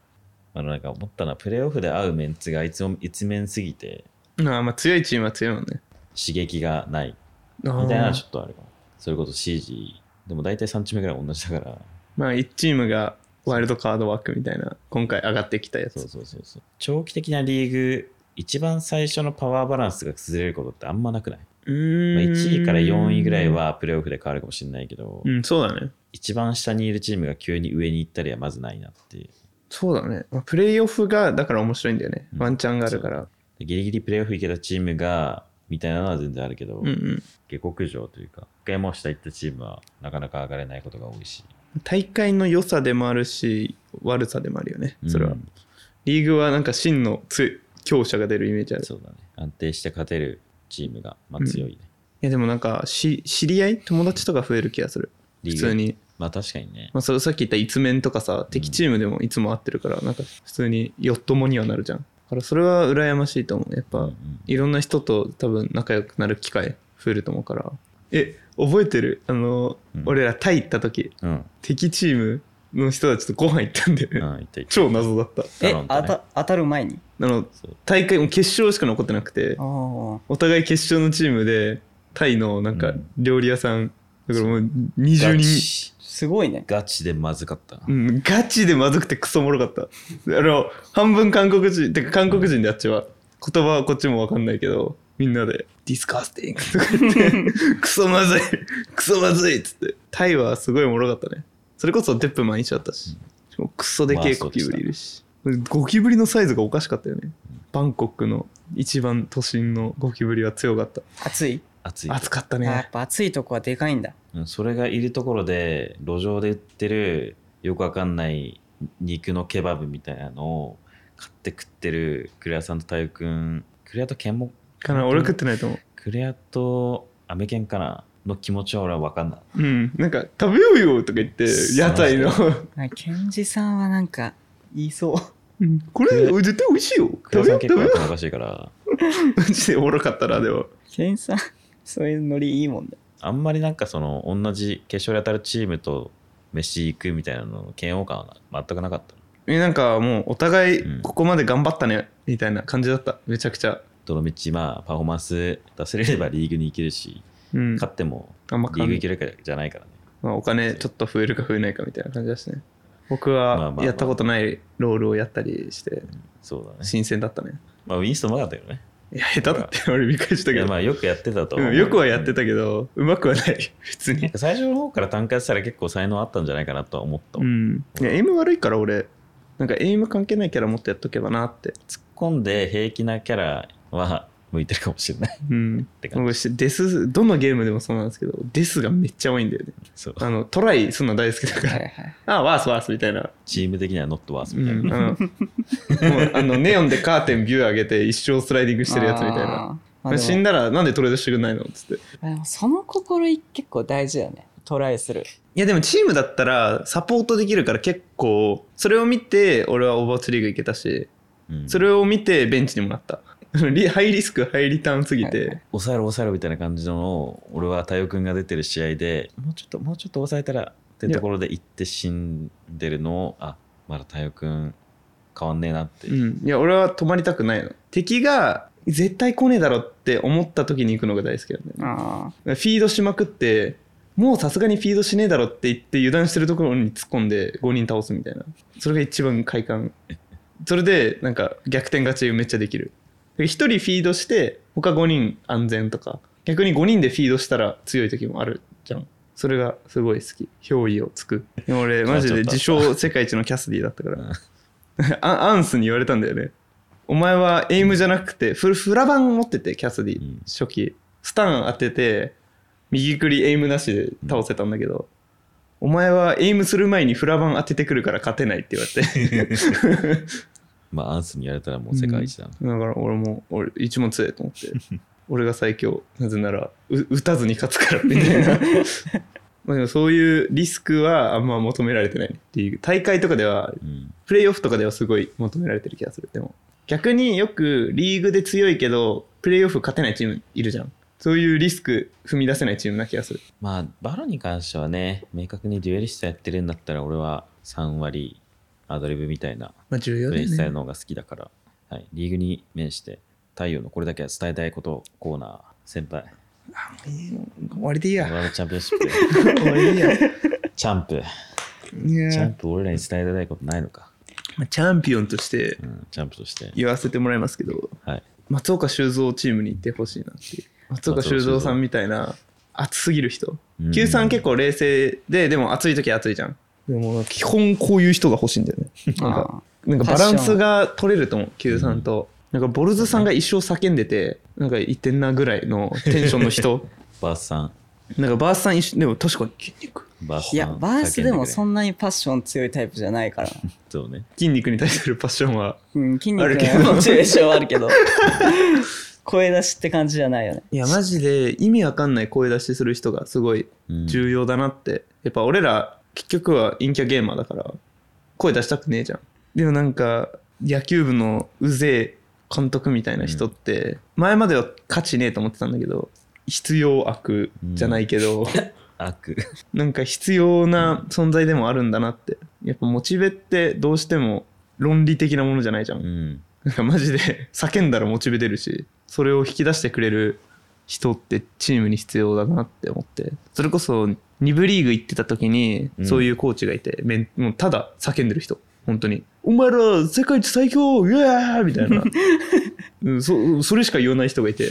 S1: あのなんか思ったのはプレーオフで会うメンツがいつも一面すぎて
S3: まあまあ強いチームは強いもんね
S1: 刺激がない
S3: み
S1: みたいなのはちょっとあるかも。それこそ CG。でも大体3チームぐらい同じだから。
S3: まあ1チームがワイルドカード枠みたいな今回上がってきたや
S1: そう
S3: つ
S1: そうそうそう。長期的なリーグ、一番最初のパワーバランスが崩れることってあんまなくない、まあ、?1 位から4位ぐらいはプレーオフで変わるかもしれないけど、
S3: うんそうだね
S1: 一番下にいるチームが急に上に行ったりはまずないなっていう。
S3: そうだね、まあ、プレイオフがだから面白いんだよね
S1: うん
S3: ワンチャンがあるから
S1: でギリギリプレーオフ行けたチームがみたいなのは全然あるけど、
S3: うんうん
S1: 下克上というか、一回も下行ったチームはなかなか上がれないことが多いし、
S3: 大会の良さでもあるし悪さでもあるよねそれは、
S1: うん
S3: リーグはなんか真の強い強者が出るイメージある
S1: そうだね、安定して勝てるチームが、まあ、強いね。
S3: いやでもなんかし知り合い友達とか増える気がする
S1: リ
S3: 普
S1: ーグ
S3: 通に、
S1: まあ確かにね、
S3: まあ、それさっき言った一面とかさ敵チームでもいつも合ってるから、なんか普通によっともにはなるじゃんだからそれは羨ましいと思うやっぱ、
S1: うんうん
S3: いろんな人と多分仲良くなる機会増えると思うからえ覚えてるあの、
S1: うん
S3: 俺らタイ行った時
S1: うん、うん、
S3: 敵チームの人たちとご飯行ったんだよね、
S1: 行った行った
S3: 超謎だった
S1: だ
S2: え
S1: ろうね、
S2: あた当たる前に。
S3: あの
S1: そう
S3: 大会も決勝しか残ってなくて
S2: ああ。
S3: お互い決勝のチームでタイのなん
S1: う
S3: か
S1: ん
S3: 料理屋さんだからもう20
S1: ガ
S3: 人
S1: チ
S2: すごいね。
S1: ガチでまずかった。
S3: うん、ガチでまずくてクソおもろかった。あの、半分韓国人、てか韓国人であっちは、言葉はこっちもわかんないけど、みんなで、ディスカスティングとか言って、クソまずい、クソまずいっつって。タイはすごいおもろかったね。それこそデップ毎日あったし、しかもクソでけえゴキブリいるし、ゴキブリのサイズがおかしかったよね。バンコクの一番都心のゴキブリは強かった。
S2: 暑い。
S1: 暑い。
S3: 暑かった
S2: あやっ
S3: ね。
S2: ぱ暑いとこはでかいんだ。
S1: うんそれがいるところで、路上で売ってる、よくわかんない肉のケバブみたいなのを買って食ってる、クレアさんと太陽くん、クレアとケンも、
S3: かな、俺食ってないと思う。
S1: クレアとアメケンかなの気持ちは俺はわかんない。
S3: うん、なんか食べようよとか言って、屋台の。
S2: なんかケンジさんはなんか言いそう。
S3: うんこれ
S1: く
S3: 絶対美味しいよ
S1: クレア
S3: 食べ
S1: さん結構
S3: よう食べよ
S1: 頭おかしいから、
S3: うマジでおもろかったなでも
S2: ケンジさん、そういうノリいいもんね。
S1: あんまりなんかその、同じ決勝で当たるチームと飯行くみたいなの、嫌悪感はな全くなかった。
S3: えなんかもうお互
S1: う
S3: い
S1: ん
S3: ここまで頑張ったねみたいな感じだっためちゃくちゃ
S1: どの道、まあ、パフォーマンス出せれればリーグに行けるし、
S3: うん
S1: 勝っても
S3: あんま
S1: リ
S3: か
S1: ー
S3: ん
S1: グ行けるかじゃないからね。
S3: まあお金ちょっと増えるか増えないかみたいな感じだしね僕
S1: まあま
S3: は
S1: あまあ
S3: やったことないロールをやったりして
S1: そうだね。
S3: 新鮮だったね
S1: まあ、ウィンストンうまかったよね。
S3: いや下手 だって俺びっくりした
S1: い
S3: け
S1: や
S3: ど、
S1: まあ、よくやってたと思う、
S3: うん、よくはやってたけどうまくはない 普通
S1: なん
S3: に
S1: か最初の方から単価したら結構才能あったんじゃないかなとは思ったも。
S3: うんんいやエイム悪いから俺なんかエイム関係ないキャラもっとやっとけばなって
S1: 突っ込んで平気なキャラは向いてるかもしれない
S3: うん
S1: って感じ。
S3: 僕デスどのゲームでもそうなんですけどデスがめっちゃ多いんだよね
S1: そう
S3: あのトライするの大好きだか
S2: はいは
S3: ら
S2: い。
S3: ああワースワースみたいな、
S1: チーム的にはノットワース
S3: う
S1: みたいな。
S3: ん、あのもうあのネオンでカーテンビュー上げて一生スライディングしてるやつみたいな
S2: あー。まあ
S3: まあ死ん
S2: で
S3: だらなんでトレードしてくんないのっつって
S2: もでもその心意気結構大事だよね。トライする。
S3: いやでもチームだったらサポートできるから結構それを見て俺はオーバーツリーグ行けたし
S1: うん
S3: それを見てベンチにもなった リハイリスクハイリターンすぎ
S2: はいは
S3: て
S1: 抑えろ抑えろみたいな感じのを俺は太陽君が出てる試合でもうちょっともうちょっと抑えたらってところで行って死んでるのをあまだ太陽君変わんねえなって、
S3: うん、いや俺は止まりたくないの敵が絶対来ねえだろって思った時に行くのが大好きなんだよね
S2: ああ。
S3: フィードしまくってもうさすがにフィードしねえだろって言って油断してるところに突っ込んで5人倒すみたいなそれが一番快感それでなんか逆転勝ちめっちゃできる1人フィードして他5人安全とか逆に5人でフィードしたら強い時もあるじゃんそれがすごい好き憑依をつくでも俺マジで自称世界一のキャスディだったからあアンスに言われたんだよね。お前はエイムじゃなくて、フルフラバン持ってて、キャスディ、
S1: うん
S3: 初期。スタン当てて、右クリエイムなしで倒せたんだけど、お前はエイムする前にフラバン当ててくるから勝てないって言われて。
S1: まあアンスにやれたらも う世界一だな、
S3: だから俺も、俺一問強いと思 って。俺が最強。なぜなら、う打たずに勝つから、みた いな。まあでもそういうリスクはあんま求められてないっていう。大会とかでは
S1: うん
S3: プレイオフとかではすごい求められてる気がする。でも、逆によくリーグで強いけど、プレイオフ勝てないチームいるじゃん。そういうリスク踏み出せないチームな気がする。
S1: まあバロに関してはね明確にデュエリストやってるんだったら俺は3割アドリブみたいな
S3: まあ重要
S1: プ
S3: だ
S1: レイ
S3: よ
S1: スタイル
S3: ね。
S1: の方が好きだから、はい、リーグに面して太陽のこれだけは伝えたいことコーナー先 輩
S3: 終わりでいい
S1: ワ
S3: や。
S1: ールドチャンピオンシップで
S3: 終わりでいいや。
S1: チャンプ
S3: い や
S1: チャンプ俺らに伝えたいことないのか、
S3: まあチャンピオンとして
S1: うん、チャンプとして
S3: 言わせてもらいますけど、
S1: はい
S3: 松岡修造チームに行ってほしいなっていう。松岡修造さんみたいな、熱すぎる人。
S1: うん
S3: Q さん結構冷静で、でも熱い時は熱いじゃん。でも基本こういう人が欲しいんだよね。なんか
S2: ああ
S3: なんかバランスが取れると思う、Q さんと。なんかボルズさんが一生叫んでて、なんか言ってんなぐらいのテンションの人。
S1: バースさん
S3: なんかバースさん一緒、でも確かに筋肉。
S1: バースさん
S2: いや、バースでもそ
S1: ん
S2: んなにパッション強いタイプじゃない から。
S1: そうね
S3: 筋肉に対するパッションは。
S2: うん、筋
S3: あ
S2: 肉
S3: るけ
S2: の
S3: ど
S2: モチベーションはあるけど。 声出しって感じじゃないよね。
S3: いや、マジで意味わかんない声出しする人がすごい
S1: うん
S3: 重要だなって。やっぱ俺ら、結局は陰キャゲーマーだから、声出したくねえじゃん。でもなんか、野球部のうぜえ監督みたいな人って、前までは価値ねえと思ってたんだけど、必要悪じゃないけど、
S1: 悪
S3: なんか必要な存在でもあるんだなって。やっぱモチベってどうしても論理的なものじゃないじ ゃ。
S1: うんん
S3: なんかマジで叫んだらモチベ出るし、それを引き出してくれる人ってチームに必要だなって思ってそれこそ2部リーグ行ってた時に
S1: うん
S3: そういうコーチがいて、めんもうただ叫んでる人本当に「お前ら世界一最強イエーイ!」みた いな、うん、そそれしか言わない人がいて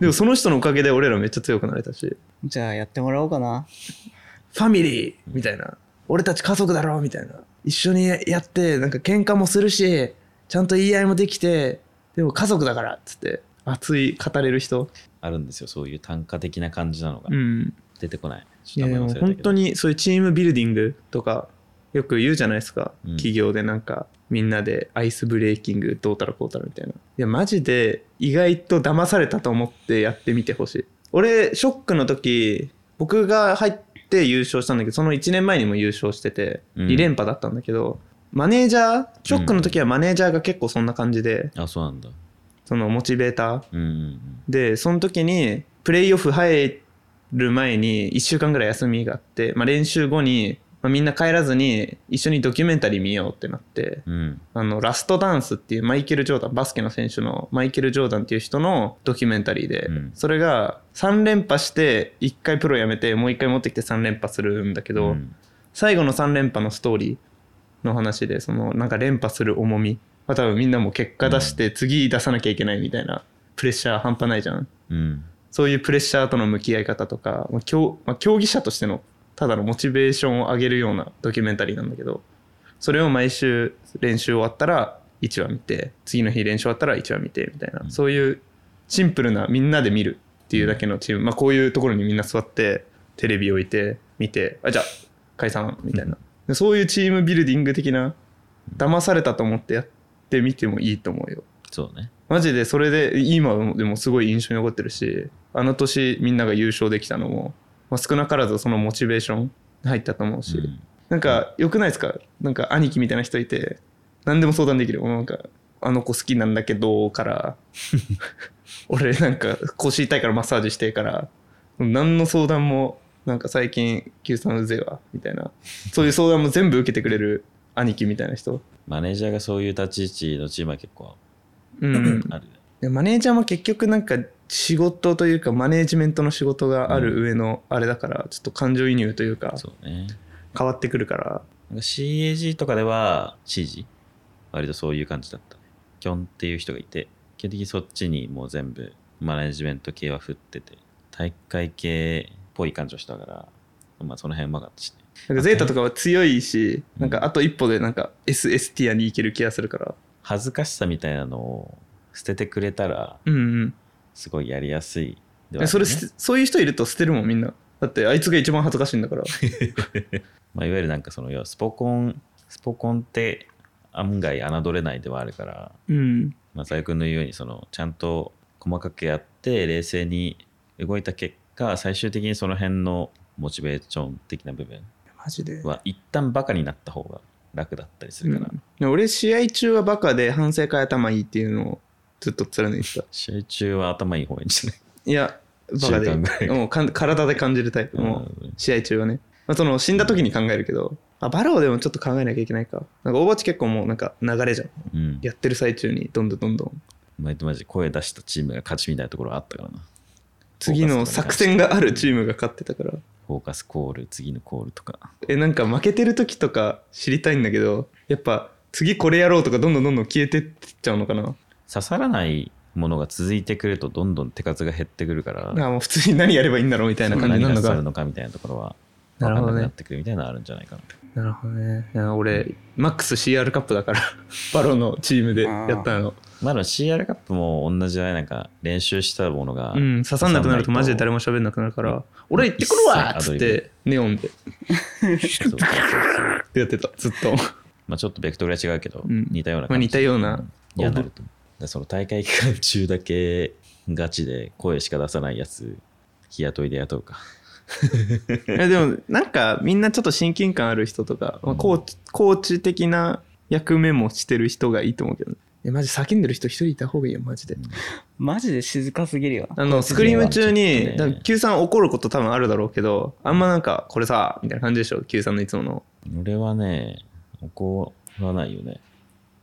S3: でもその人のおかげで俺らめっちゃ強くなれたし
S2: じゃあやってもらおうかな。
S3: ファミリーみたいな。俺たち家族だろみたいな。一緒にやって、なんか喧嘩もするし、ちゃんと言い合いもできて、でも家族だからっつって、熱い語れる人。
S1: あるんですよそういう単価的な感じなのが
S3: うん。
S1: 出てこない、
S3: い
S1: ちょ
S3: や
S1: っと
S3: で
S1: 名前忘れた
S3: も
S1: けど
S3: 本当にそういうチームビルディングとか、よく言うじゃないですか。
S1: うん
S3: 企業でなんか、みんなでアイスブレーキングどうたらこうたらみたいな。いや、マジで意外と騙されたと思ってやってみてほしい。俺、ショックの時、僕が入って優勝したんだけど、その1年前にも優勝してて、
S1: うん
S3: 2連覇だったんだけど、マネージャー、ショックの時はマネージャーが結構そんな感じで、
S1: あそうなんだ
S3: そのモチベーター。
S1: うんうん
S3: で、その時に、プレイオフ入る前に1週間ぐらい休みがあって、まあ、練習後に、まあ、みんな帰らずに一緒にドキュメンタリー見ようってなって、
S1: うんうん
S3: あの、ラストダンスっていうマイケル・ジョーダン、バスケの選手のマイケル・ジョーダンっていう人のドキュメンタリーで、
S1: うん
S3: それが3連覇して1回プロ辞めてもう1回持ってきて3連覇するんだけ
S1: う
S3: ど、
S1: ん
S3: 最後の3連覇のストーリーの話で、そのなんか連覇する重み、まあ、多分みんなも結果出して次出さなきゃいけないみたいなプレッシャー半端ないじゃん。
S1: うん
S3: そういうプレッシャーとの向き合い方とか、まあ競まあ競技者としてのただのモチベーションを上げるようなドキュメンタリーなんだけど、それを毎週練習終わったら1話見て、次の日練習終わったら1話見てみたいな、
S1: うん
S3: そういうシンプルなみんなで見るっていうだけのチーム、まあ、こういうところにみんな座って、テレビ置いて、見て、あ、じゃあ解散みたいな、でそういうチームビルディング的な、騙されたと思ってやってみてもいいと思うよ。
S1: そうね
S3: マジでそれで今でもすごい印象に残ってるしあの年みんなが優勝できたのも、まあ、少なからずそのモチベーション入ったと思うし、
S1: うん
S3: なんか良くないですかなんか兄貴みたいな人いて何でも相談できるもうなんかあの子好きなんだけどから俺なんか腰痛いからマッサージしてから何の相談もなんか最近 Q さんうぜえわみたいなそういう相談も全部受けてくれる兄貴みたいな人
S1: マネージャーがそういう立ち位置のチームは結構
S3: うん
S1: あるね
S3: でマネージャーも結局なんか仕事というかマネージメントの仕事がある上のあれだからちょっと感情移入というか
S1: そうね
S3: 変わってくるから
S1: なんか CAG とかでは CG 割とそういう感じだったねキョンっていう人がいて基本的にそっちにもう全部マネジメント系は振ってて大会系っぽい感じをしたからまあその辺うまかったしね
S3: なんかゼータとかは強いし
S1: うん
S3: なんかあと一歩でなんか SS ティアに行ける気がするから
S1: 恥ずかしさみたいなのを捨ててくれたら
S3: うん
S1: すごいやりやすいで
S3: うん
S1: はあ
S3: そ
S1: る
S3: れ
S1: ね
S3: 捨てそういう人いると捨てるもんみんなだってあいつが一番恥ずかしいん だから
S1: まあ、いわゆるなんかその要はスポコンスポコンって案外侮れないではあるから
S3: うん
S1: まあ、佐君の言うようにそのちゃんと細かくやって冷静に動いた結果最終的にその辺のモチベーション的な部分
S3: マジで
S1: は一旦バカになった方が楽だったりするから、
S3: うんで俺試合中はバカで反省会頭いいっていうのをずっと貫いてた
S1: 試合中は頭いい方がいいんじゃない
S3: いやバカ
S1: 習慣ぐら
S3: で
S1: い
S3: もうかん体で感じるタイプも
S1: う
S3: う
S1: ん
S3: 試合中はね、まあ、その死んだ時に考えるけどあバローでもちょっと考えなきゃいけないかなんかオーバーチ結構もうなんか流れじゃん
S1: うん、
S3: やってる最中にどんどんどんどん
S1: 毎度マジ声出したチームが勝ちみたいなところあったからな
S3: 次の作戦があるチームが勝ってたから
S1: フォーカスコール次のコールとか
S3: えなんか負けてる時とか知りたいんだけどやっぱ次これやろうとかどんどんどんどん消えてっちゃうのかな
S1: 刺さらないものが続いてくるとどんどん手数が減ってくるから
S3: あもう普通に何やればいいんだろうみたいな感じにな
S1: 何
S3: るの
S1: が刺さる
S3: か
S1: のかみたいなところは
S3: な
S1: 分か
S3: るほ
S1: んな
S3: ど
S1: く
S3: ね
S1: なってくるみたいなのあるんじゃないかなと
S3: なるほどねいや俺マックス CR カップだから バローのチームでやったの
S1: まあでも CR カップも同じだねなんか練習したものが、
S3: うん、刺さんなくなるとマジで誰も喋んなくなるから、俺行ってくるわっつ
S1: 一切アド
S3: っ
S1: リ
S3: て、ネオンで。
S1: そう
S3: ってやってた、ずっと。
S1: まあちょっとベクトルが違うけど、
S3: うん
S1: 似たような
S3: まあ
S1: 感
S3: 似
S1: じ
S3: たような。
S1: にはなると思うだからその大会期間中だけガチで声しか出さないやつ日雇いで雇うか
S3: いやでも、なんかみんなちょっと親近感ある人とか、まあ、コーチ、コーチ的な役目もしてる人がいいと思うけど、ね、いやマジ叫んでる人一人いた方がいいよ、マジで。
S2: マジで静かすぎるよ。
S3: あの、スクリーム中
S1: ちょっと
S3: に、だ
S1: ね
S3: から Q さん怒ること多分あるだろうけど、あんまなんか、これさ、みたいな感じでしょ、Q さんのいつもの。
S1: 俺はね怒らないよね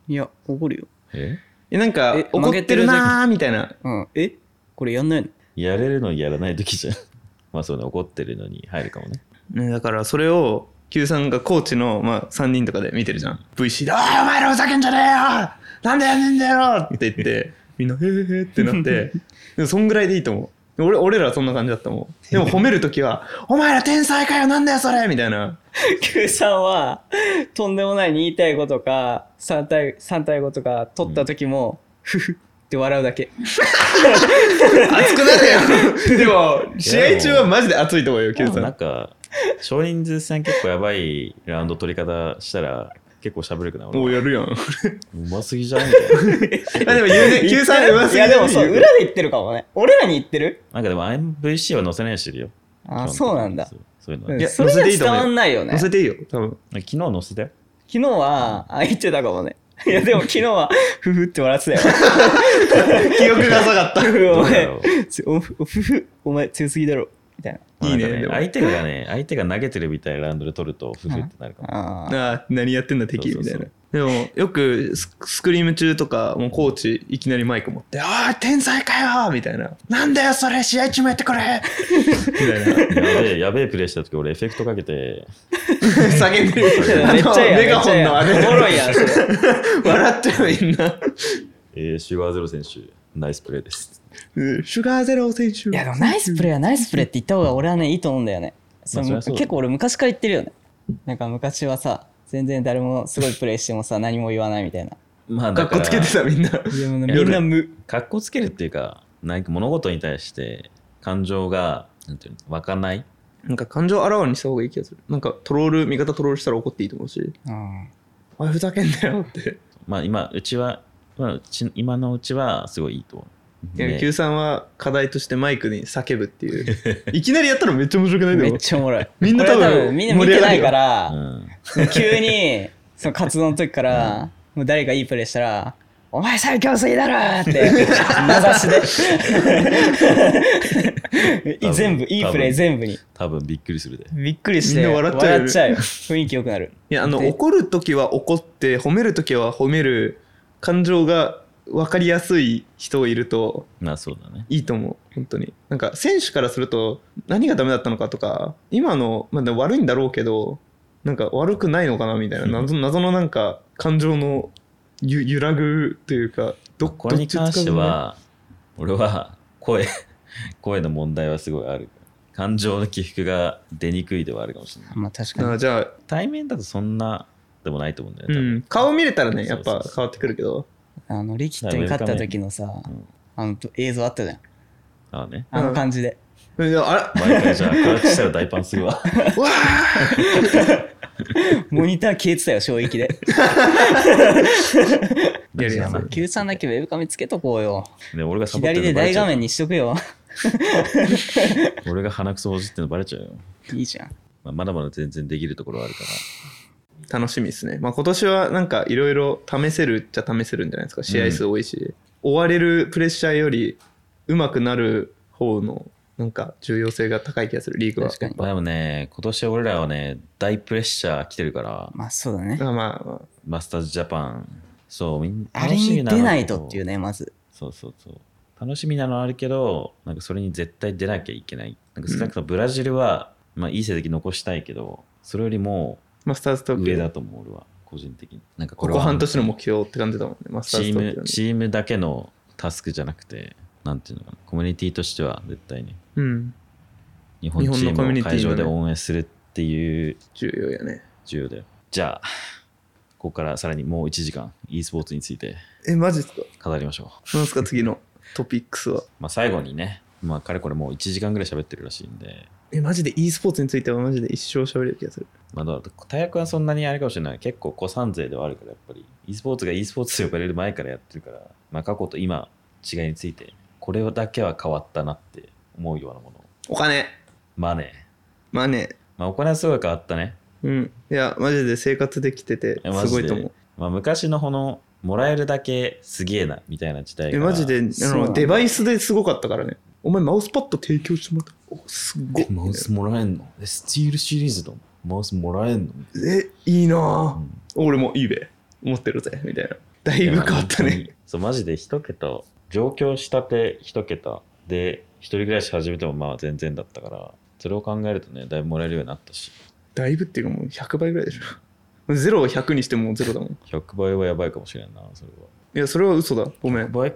S2: いや、怒るよ。
S1: え
S3: えなんか
S2: え、
S3: 怒ってるなーみたいな。
S2: うん。えこれやんないの
S1: やれるのにやらない時じゃん。 まあそうね、怒ってるのに入るかもね。
S3: ね、だからそれを Q さんがコーチの、まあ、3人とかで見てるじゃん VC で「おいお前らふざけんじゃねえよなんでやねんだよ!」って言って みんな「へえへえ」ってな ってでもそんぐらいでいいと思う俺俺らそんな感じだったもんでも褒める時は「 お前ら天才かよなんだよそれ!」みたいな
S2: Q さんはとんでもない2対5とか3対 ,3 対5とか取った時も、ふふって笑うだ け
S3: 熱くなるよでも試合中はマジで熱いと思うよ Q さ
S1: でもなん
S3: ん
S1: か、少人数戦結構やばいラウンド取り方したら、結構喋るくなる。
S3: もうやる やん
S1: うますぎじゃんみたいな。
S3: あ でも言うね Q さんうま
S2: い
S3: すぎ
S2: や
S3: だね
S2: でもそう裏で言ってるかもね俺らに言ってる
S1: なんかでも MVC は載せないようにしてるよ。
S2: あーそうなんだ
S1: そうそういうのは。
S2: うん
S3: いや
S2: それじゃ
S3: 乗せていい
S2: 伝
S3: と思うよ
S2: わんないよね
S3: 載せていいよ多分
S1: 昨日載せたよ。
S2: 昨日はあ言ってたかもね いやでも昨日はふふって笑ってたよ
S3: 記憶が浅かった
S2: ふふお
S1: どうだ
S2: 前
S1: ろう
S2: つおふふふお前強すぎだろみたいな
S1: まあ
S3: いいね
S1: なんか
S3: でも
S1: 相手がね、相手が投げてるみたいなラウンドで取ると、ふふってなるかも。
S2: あー
S3: あ何やってんだ敵
S1: そう
S3: み
S1: そ
S3: た
S1: うそう
S3: いなでもよくススクリーム中とかもうコーチいきなりマイク持って「ああ天才かよ!」みたいな「なんだよそれ試合中もやってくれ!」みた
S1: やべえ、
S3: い
S1: やべえプレイした時俺エフェクトかけて、
S3: な叫んでる
S2: めっちゃ
S3: あの
S2: や
S3: メガホンのあ
S2: めっちゃやおもろい
S3: れ
S2: やんそれ
S3: 笑っちゃうみんな
S1: えー、シュガーゼロ選手、ナイスプレーです。
S3: うんシュガーゼロ選手
S2: いやでもナイスプレーはナイスプレーって言った方が俺はねいいと思うんだよね。そ
S1: まあそり
S2: の
S1: ゃそうだ
S2: 結構俺昔から言ってるよね。なんか昔はさ全然誰もすごいプレーしてもさ何も言わないみたいな。
S1: まあだ
S3: かっ
S1: か
S3: こ
S1: ら、
S3: つけてたみんな
S2: いやみ
S1: いや
S2: んな無。
S1: かっこつけるっていうか、なんか物事に対して感情が、なんていうの、湧かない。
S3: なんか感情あらわにした方がいい気がするなんかトロール味方トロールしたら怒っていいと思うし
S2: うん
S3: 「おいふざけんなよ」って
S1: まあ今、うちは、まあ、うち今のうちはすごいいいと思う。
S3: 野
S1: で
S3: 球さんは課題としてマイクに叫ぶっていう いきなりやったらめっちゃ面白くない
S2: め
S3: で
S2: っ
S3: も
S2: ちゃおもろい。
S3: みんな多分
S2: これみんな見てないか
S1: う
S2: ら、
S1: ん、
S2: 急にその活動の時から、もう誰かいいプレーしたら、お前最強すぎだろって、名指
S1: 多分
S2: しで。全部、いいプレー全部に。
S1: 多分びっくりするで。
S2: びっくりして、
S3: みんな笑っちゃうよね
S2: 笑っちゃうよ。雰囲気良くなる。
S3: いやあの
S2: で
S3: 怒る時は怒って褒める時は褒める感情が分かりやすい人いると
S1: まあそうだね。
S3: いいと思う本当になんか選手からすると何がダメだったのかとか今の、まあ、でも悪いんだろうけどなんか悪くないのかなみたいな謎謎のなんか感情のゆ揺らぐというかど
S1: これに
S3: どっ
S1: 関
S3: ちつ
S1: して
S3: かずね
S1: は、俺は声、 声の問題はすごいある。感情の起伏が出にくいではあるかもしれない。
S2: まあ確かに。
S3: あじゃあ、
S1: 対面だとそんなでもないと思うんだよ
S3: う
S1: ね。多分
S3: ん、顔見れたらねやっ
S1: そう
S3: ぱ
S1: そうそう
S3: 変わってくるけど
S2: あの、リキッドに勝った時のさ
S1: うん、
S2: あの映像あったじゃん。
S1: ああね。
S2: あの感じで。
S3: いやあれ
S1: 毎回じゃあ、クラッチしたら大パンする わ。
S3: わ
S2: モニター消えてたよ、衝撃で。
S3: ーや るや
S1: そ
S3: ん
S1: うそう
S2: Q さんだけウェブカメつけとこうよ。
S1: ね、俺がサボって
S2: 左で
S1: るのバレ
S2: 大
S1: ちゃ
S2: 画
S1: う
S2: 面にしとくよ。
S1: 俺が鼻くそほじってるのバレちゃうよ。
S2: いいじゃん。
S1: まあ、まだまだ全然できるところはあるから。
S3: 楽しみですね、まあ、今年はなんかいろいろ試せるっちゃ試せるんじゃないですか試合数多いし、追われるプレッシャーより上手くなる方のなんか重要性が高い気がするリーグは
S2: 確かに
S1: ま。あでもね、今年俺らはね、大プレッシャー来てるから、
S2: まあそうだね。
S3: まあまあまあ
S1: マスターズジャパン、そう、みんな
S2: あ
S1: 楽
S2: れ
S1: しみ
S2: に
S1: なの
S2: 出ないとっていうね、まず。
S1: そうそうそう。楽しみなのはあるけど、なんかそれに絶対出なきゃいけない。なんか少なくともブラジルは、まあいい成績残したいけど、それよりも
S3: マスターズ東
S1: 上
S3: 京
S1: だと思う、俺は、個人的に。なんか
S3: こ
S1: れ
S3: こ
S1: は
S3: 半年の目標って感じだもんねマ
S1: チ
S3: スターズ東
S1: ー
S3: 京
S1: ム、
S3: に
S1: チームだけのタスクじゃなくて、なんていうのかな、コミュニティとしては絶対に、
S3: うん
S1: 日本チ
S3: 日本のコ
S1: ー
S3: ミュ
S1: ム
S3: ニ
S1: を
S3: ティのね
S1: 会場で応援するっていう
S3: 重要やね
S1: 重要だよ。じゃあ、ここからさらにもう1時間、e スポーツについて
S3: えマジっすか
S1: 語りましょう。
S3: なんすか次のトピックスは
S1: まあ、最後にね、まあ、かれこれもう1時間ぐらい喋ってるらしいんで、
S3: えマジで e スポーツについてはマジで一生喋れる気がする
S1: まあ、どうだろう大学はそんなにあれかもしれない。結構、古参勢ではあるから、やっぱり、e スポーツが e スポーツと呼ばれる前からやってるから、まあ、過去と今、違いについて、これだけは変わったなって思うようなもの。
S3: お金
S1: マネー。
S3: まあね
S1: まあ、お金はすごい変わったね。
S3: うんいやマジで生活できてて
S1: えマ
S3: す
S1: ジ
S3: ご
S1: で
S3: いと思う
S1: まあ、昔のこの、もらえるだけすげえな、みたいな時代
S3: え
S1: が。
S3: マジであ
S2: そうなんだ
S3: のデバイスですごかったからねお前マウスパッド提供してもらったおすっごい
S1: マウスもらえんのえスチールシリーズのマウスもらえんの
S3: えいいな
S1: う
S3: ぁ、
S1: ん
S3: 俺もいいべ持ってるぜみたいなだいぶ変わった
S1: いやまあ本当
S3: ね
S1: にそうマジで一桁上京したて一桁で一人暮らし始めてもまあ全然だったからそれを考えるとねだいぶもらえるようになったし
S3: だいぶっていうかもう100倍ぐらいでしょゼロを100にしてもうゼロだもんい
S1: 100倍はやばいかもしれんなそれは
S3: やそれは嘘だごめん
S1: 100倍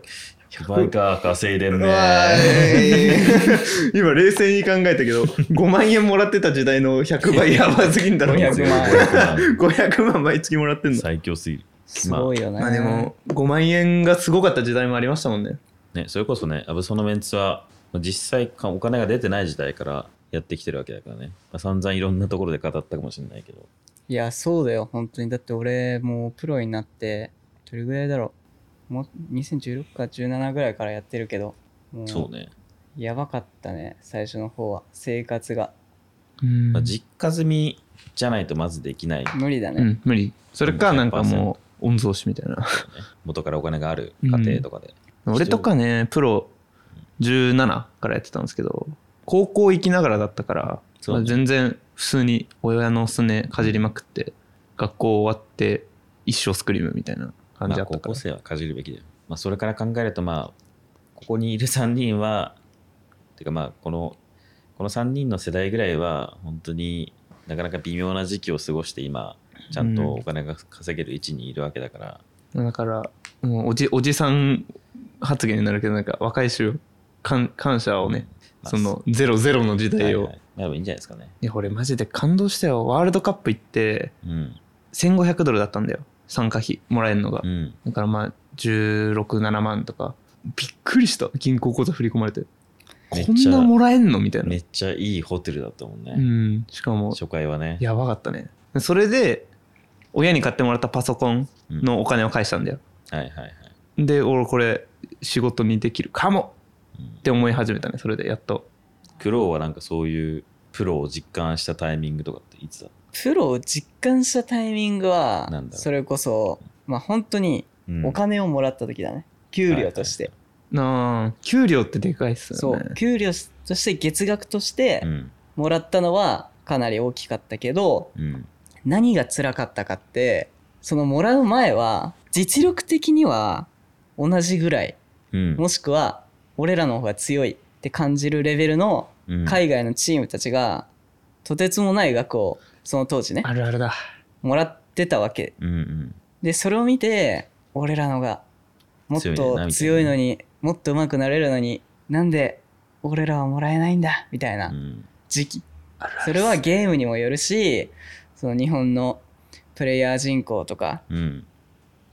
S1: ?100 倍か稼いでん
S3: うわ
S1: ね
S3: ーい今冷静に考えたけど5万円もらってた時代の100倍やばすぎんだろ
S2: 500万
S1: 500
S3: 500万毎月もらってんだ
S1: 最強 すぎる
S2: すごいよね。
S3: まあでも5万円がすごかった時代もありましたもんね
S1: ね、それこそね、アブソのメンツは、まあ実際かお金が出てない時代からやってきてるわけだからね、まあ、散々いろんなところで語ったかもしれないけど、
S2: いや、そうだよ、本当に。だって俺、もうプロになって、どれぐらいだろう。もう2016か17ぐらいからやってるけど、も
S1: そうね、
S2: やばかったね、最初の方は。生活が。
S1: まあ、実家住みじゃないとまずできない、ね、
S2: 無理だ
S3: う
S2: ね。
S3: ん無理それかなんかもう御曹司みたいな
S1: 元からお金がある家庭とかで。
S3: 俺とかねプロ17からやってたんですけど高校行きながらだったから、
S1: そうね
S3: まあ全然普通に親のすねかじりまくって学校終わって一生スクリームみたいな
S1: ま
S3: 感じだ
S1: あ、
S3: った
S1: 高
S3: か
S1: 校
S3: ら、
S1: 生はかじるべきだよ。まあ、それから考えると、まあ、ここにいる3人は、てかまあ、この、この3人の世代ぐらいは、本当になかなか微妙な時期を過ごして、今、ちゃんとお金が稼げる位置にいるわけだから、
S3: だからもうおじおじさん発言になるけどなんか若い衆感感謝をね
S1: まあ
S3: そのゼロゼロの時代を、
S1: はいは
S3: い
S1: い、なればいいんじゃないですかね。
S3: や俺マジで感動したよワールドカップ行って
S1: うん。
S3: 1500ドルだったんだよ参加費もらえるのが
S1: う、ん。
S3: だからまあ167万とかびっくりした銀行口座振り込まれてこ
S1: めっ
S3: ん
S1: ちゃ
S3: なもらえんのみたいな、
S1: めっちゃいいホテルだったもん
S3: う
S1: ね。
S3: ん、しかも
S1: 初回はね。
S3: やばかったねそれで親に買ってもらったパソコン
S1: うん
S3: のお金を返したんだよ、
S1: はいはいはい。
S3: で俺これ仕事にできるかも
S1: うん
S3: って思い始めたねそれでやっと
S1: 苦労はなんかそういうプロを実感したタイミングとかっていつだ
S2: プロを実感したタイミングは
S1: なん、だろう
S2: それこそ、まあ本当に
S1: うん
S2: お金をもらった時だね。給料として。
S3: なあ給料ってでかいっす
S2: そ
S3: よね
S2: う、給料として月額として
S1: うん。
S2: もらったのはかなり大きかったけど、
S1: うん。
S2: 何が辛かったかってそのもらう前は実力的には同じぐらい
S1: うん。
S2: もしくは俺らの方が強いって感じるレベルの
S1: うん
S2: 海外のチームたちがとてつもない額をその当時ね
S3: あるあるだ
S2: もらってたわけ
S1: うんうん。
S2: でそれを見て俺らのがもっ
S1: 強いなみたい
S2: と
S1: な
S2: 強いのにもっと上手くなれるのになんで俺らはもらえないんだみたいな
S1: うん
S2: 時期
S3: あるある
S2: それはゲームにもよるしその日本のプレイヤー人口とか
S1: うん。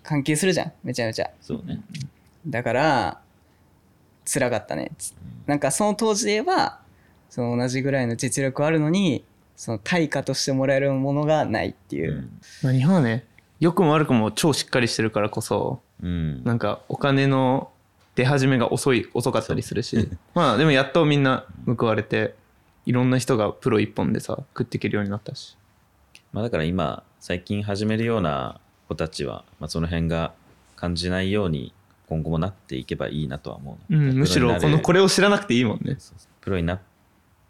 S2: 関係するじゃんめちゃめちゃ
S1: そうね。
S2: だから辛かったねつなんかその当時で言えばその同じぐらいの実力はあるのにその対価としてもらえるものがないって
S1: う
S2: いう、
S1: ん。
S3: まあ日本はね良くも悪くも超しっかりしてるからこそ
S1: うん。
S3: なんかお金の出始めが遅い遅かったりするし まあでもやっとみんな報われていろんな人がプロ一本でさ食っていけるようになったし
S1: まあだから今、最近始めるような子たちは、まあその辺が感じないように今後もなっていけばいいなとは思うな。
S3: うんむし
S1: プロ
S3: ろ
S1: に
S3: こ
S1: な
S3: の
S1: る
S3: これを知らなくていいもんね
S1: そうそうプロになっ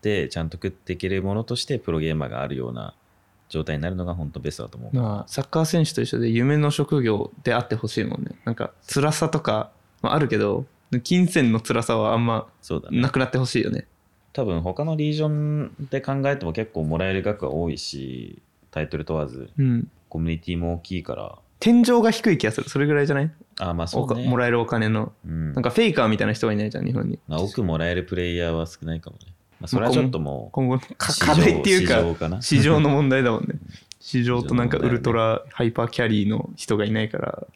S1: てちゃんと食っていけるものとしてプロゲーマーがあるような状態になるのが本当ベストだと思う、
S3: まあサッカー選手と一緒で夢の職業であってほしいもんねなんか辛さとか、まあ、あるけど金銭の辛さはあんま
S1: そうだね
S3: なくなってほしいよね
S1: 多分他のリージョンで考えても結構もらえる額は多いしタイトル問わず
S3: うん
S1: コミュニティも大きいから
S3: 天井が低い気がするそれぐらいじゃない
S1: あまあそ
S3: お
S1: う
S3: か
S1: ね
S3: もらえるお金の
S1: うん
S3: なんかフェイカーみたいな人がいないじゃん日本に
S1: まあ、奥もらえるプレイヤーは少ないかもね、まあ、それはちょっともう
S3: 今後か
S1: 市場
S3: 壁っていう
S1: 市
S3: か
S1: 場か な
S3: 市場の問題だもんね 市場となんかウルトラハイパーキャリーの人がいないから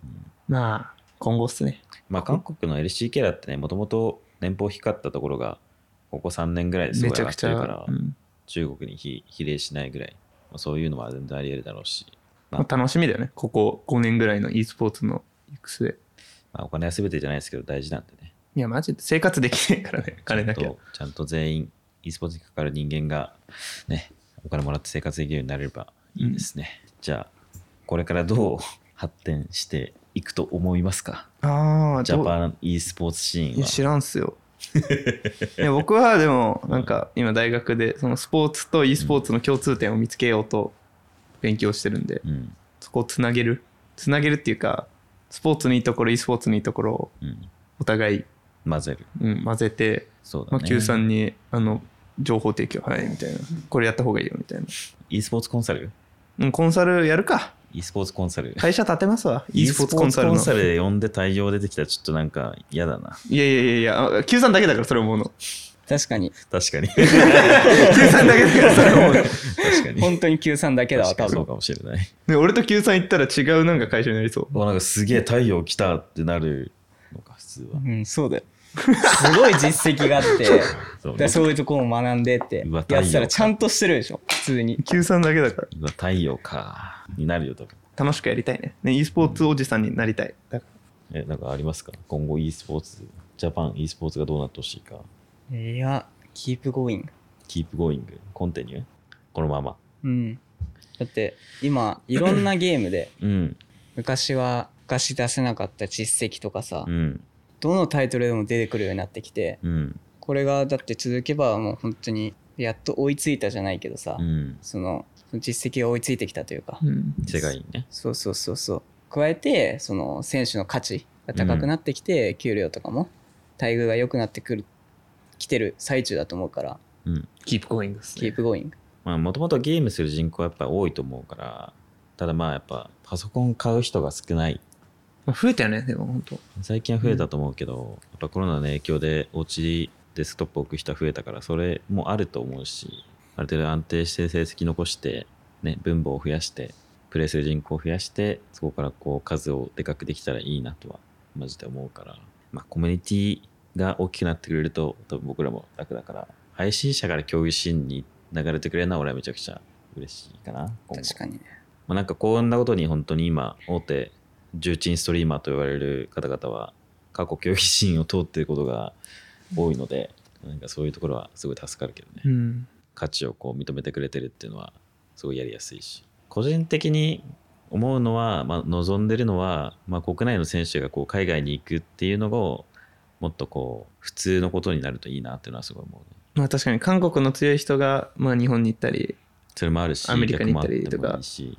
S3: まあ今後っすね
S1: まあ韓国の LCK だってねもともと年俸低かったところがここ3年ぐらいですご
S3: め
S1: い
S3: ち
S1: 上
S3: ゃ
S1: が
S3: く
S1: っ
S3: ち
S1: てるか
S3: ゃ
S1: ら、
S3: うん
S1: 中国に比比例しないぐらい、まあ、そういうのは全然あり得るだろうし、
S3: まあ楽しみだよねここ5年ぐらいの e スポーツの行く末
S1: まあ、お金は全てじゃないですけど大事なんでね
S3: いやマジで生活できないからね金なき
S1: ちゃ
S3: ゃ
S1: んとちゃんと全員 e スポーツにかかる人間がねお金もらって生活できるようになれればいいですね、じゃあこれからどう発展していくと思いますか
S3: ああ
S1: ジャパン e スポーツシー
S3: いや知
S1: ンは
S3: らんっ すよいや僕はでもなんか今大学でそのスポーツと e スポーツの共通点を見つけようと勉強してるんで
S1: うん
S3: そこをつなげるつなげるっていうかスポーツのいいところ e スポーツのいいところを
S1: うん
S3: お互い
S1: 混ぜる。
S3: うん、混ぜて、
S1: そうだ
S3: まあ、
S1: ね。
S3: Q さんにあの情報提供はいみたいなこれやった方がいいよみたいな、
S1: e スポーツコンサル
S3: うん、コンサルやるか
S1: ?e スポーツコンサル。
S3: 会社立てますわ e
S1: e
S3: ス
S1: ス
S3: ポ
S1: ポ
S3: ー
S1: ー
S3: ツ
S1: ツ
S3: コ
S1: コ
S3: ン
S1: ン
S3: サ
S1: サ
S3: ル
S1: ル
S3: の
S1: で呼んで対応出てきたらちょっとなんか嫌だな。
S3: いやいやいやいやあ Q さんだけだからそれ思うの
S2: 確かに
S1: 確 かに。
S3: Q さん だけだからそれ思うの
S1: 確かに。
S2: 本当に Q さんだけだわ
S1: 確か
S2: 多
S1: にそ
S2: 分
S1: うかもしれない。
S3: ね俺と Q さん行ったら違うなんか会社になりそう
S1: うわなんかすげえ太陽来たってなるのか、普通は。
S2: うんそうだよすごい実績があって
S1: そう
S2: で
S1: ね。
S2: そういうところも学んでって
S1: う
S2: や
S1: わ
S2: っ
S1: 太陽
S2: てたらちゃんとしてるでしょ普通に
S3: Q さんだけだから
S1: うわ太陽か。になるよ、多分。
S3: 楽しくやりたいねね e スポーツおじさんになりたいだか
S1: え、なんかありますか今後 e スポーツ、ジャパン e スポーツがどうなってほしいか。
S2: いやキープゴーイング
S1: keep going, continue. このまま。
S2: うんだって今いろんなゲームで
S1: うん。
S2: 昔は昔出せなかった実績とかさ、
S1: うん。
S2: どのタイトルでも出てくるようになってきて
S1: うん。
S2: これがだって続けばもう本当にやっと追いついたじゃないけどさ、
S1: うん。
S2: そのその実績が追いついてきたというか、
S3: ら、うん、
S1: 世界にね。
S2: そうそうそうそう加えてその選手の価値が高くなってきて、給料とかも待遇が良くなってくる来てる最中だと思うから
S1: うん。
S3: キープゴーイングです
S2: キープゴーイング
S1: まあ、もともとゲームする人口はやっぱ多いと思うから、ただまあやっぱパソコン買う人が少ない。
S3: 増えたよねでも本当
S1: 最近は増えたと思うけど、やっぱコロナの影響でお家デスクトップ置く人は増えたから、それもあると思うし、ある程度安定して成績残して、ね、分母を増やして、プレイする人口を増やして、そこからこう数をでかくできたらいいなとは、マジで思うから、まあコミュニティが大きくなってくれると、多分僕らも楽だから、配信者から競技シーンに流れてくれるのは俺はめちゃくちゃ嬉しいかな。今後
S2: 確かにね
S1: まあ、なんかこんなことに本当に今大手重鎮ストリーマーと言われる方々は過去競技シーンを通っていることが多いので、なんかそういうところはすごい助かるけどね、
S3: うん
S1: 価値をこう認めてくれてるっていうのはすごいやりやすいし個人的に思うのは、まあ、望んでるのは、まあ、国内の選手がこう海外に行くっていうのをもっとこう普通のことになるといいなっていうのはすごい思うね、
S3: まあ確かに韓国の強い人が、まあ、日本に行ったり
S1: それもあるし
S3: アメリカに行ったり
S1: 逆もあってもいいし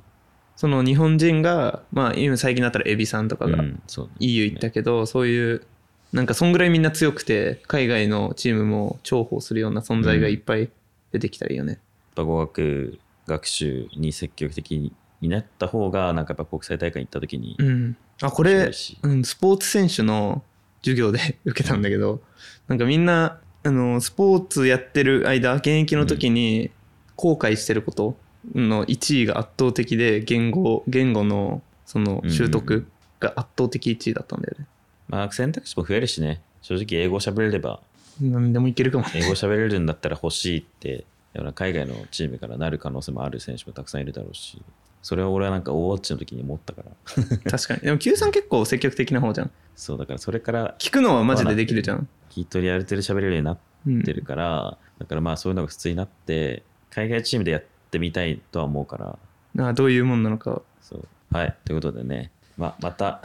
S3: その日本人が、まあ、今最近だったらエビさんとか
S1: う
S3: が
S1: んそうね
S3: EU 行ったけど、そういうなんかそんぐらいみんな強くて海外のチームも重宝するような存在がいっぱい出てきたらいいよね、
S1: やっぱ語学学習に積極的になった方がなんかやっぱ国際大会に行った時に、
S3: うん、あこ
S1: 面白
S3: れ
S1: いし、
S3: うん、スポーツ選手の授業で 受けたんだけどなんかみんなあのスポーツやってる間現役の時に後悔してることの1位が圧倒的で言語言語のその習得が圧倒的1位だったんだよね。
S1: まあ、選択肢も増えるしね正直英語喋れれば
S3: 何でもいける かも
S1: 英語喋れるんだったら欲しいってやっぱ海外のチームからなる可能性もある選手もたくさんいるだろうしそれは俺はなんかオーバーチの時に思ったから
S3: 確かにでも Q さん結構積極的な方じゃん
S1: そうだからそれから
S3: 聞くのはマジでできるじゃん、
S1: きっとリアルテル喋れるようになっ
S3: うん
S1: てるから、だからまあそういうのが普通になって海外チームでやってみたいとは思うから
S3: ああどういうもんなのか
S1: そう。はい。ということでね、まあ、また、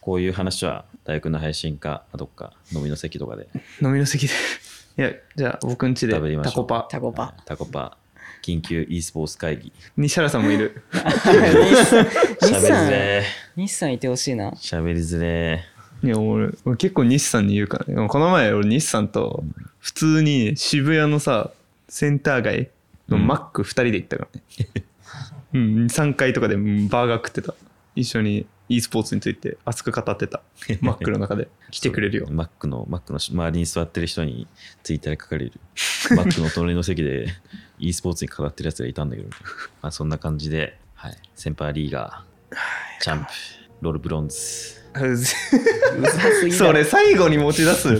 S1: こういう話は、大学の配信か、どっか、飲みの席とかで、
S3: 飲みの席で いやじゃあ僕ん家で
S1: 食べれま
S3: タ
S1: しょ
S3: コ
S1: う
S3: パ
S2: タコパ
S1: タコパ、緊急 e スポーツ会議、
S3: 西原さんもいる
S1: しゃべり
S2: 西
S1: づ
S2: さん
S1: れ
S2: 西さんいてほしいな
S1: ー、しゃべりづれ
S3: いや俺俺結構西さんに言うからねでもこの前俺西さんと普通に渋谷のさセンター街のマック2人で行ったからね、 うん3階とかでうんバーガー食ってた一緒に e スポーツについて熱く語 ってたマックの中で来
S1: 来
S3: てくれるよ
S1: マックの、マックの周りに座ってる人にツイッターで書かれる。マックの隣の席で e スポーツに語ってるやつがいたんだけど、まあ、そんな感じで、はい、先輩リーガー、チャンプ、ロールブロンズ、
S2: うざすぎだ
S3: それ最後に持ち出すい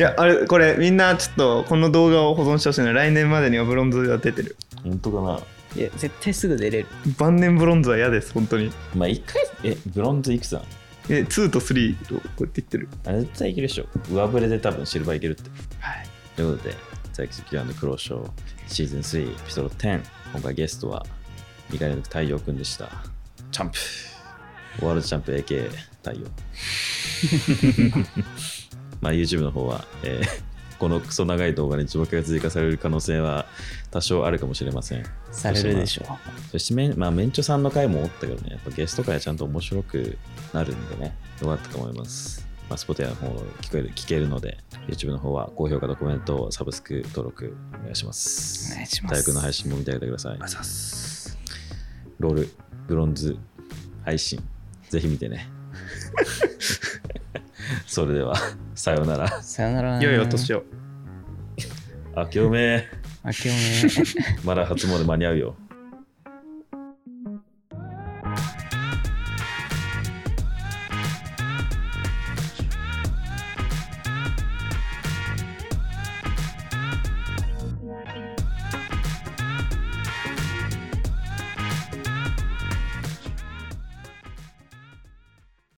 S3: やあれこれみんなちょっとこの動画を保存してほしいの来年までにはブロンズが出てる
S1: 本当かない
S2: や絶対すぐ出れる
S3: 晩年ブロンズは嫌です本当に
S1: まあ、一回、え、ブロンズいくつなの
S3: え2と3をこうやって言ってる
S1: あれ絶対いけるでしょ。上振れで多分シルバーいけるって。はい。ということで、ザキスキュアンドクローショーシーズン3エピソード10。今回ゲストは、二回連続太陽くんでした。チャンプ。ワールドチャンプ AK 太陽。まあ YouTube の方は、えーこのクソ長い動画に字幕が追加される可能性は多少あるかもしれません。
S2: されるでしょ
S1: そしてめん、まあ、メンチョさんの回もおったけどね、やっぱゲスト回はちゃんと面白くなるんでね、よかったと思います。まあ、Spotify の方を聞ける聞けるので、YouTube の方は高評価とコメント、サブスク登録お願いします。
S2: お願いします
S1: 大学の配信も見てあげてください
S3: あ。ざっす
S1: ロール、ブロンズ、配信、ぜひ見て ね。それでは、さようなら。
S2: さよなら。
S3: いよいよ年を
S1: 明けおめ、
S2: 明けおめ。
S1: まだ初詣間に合うよ。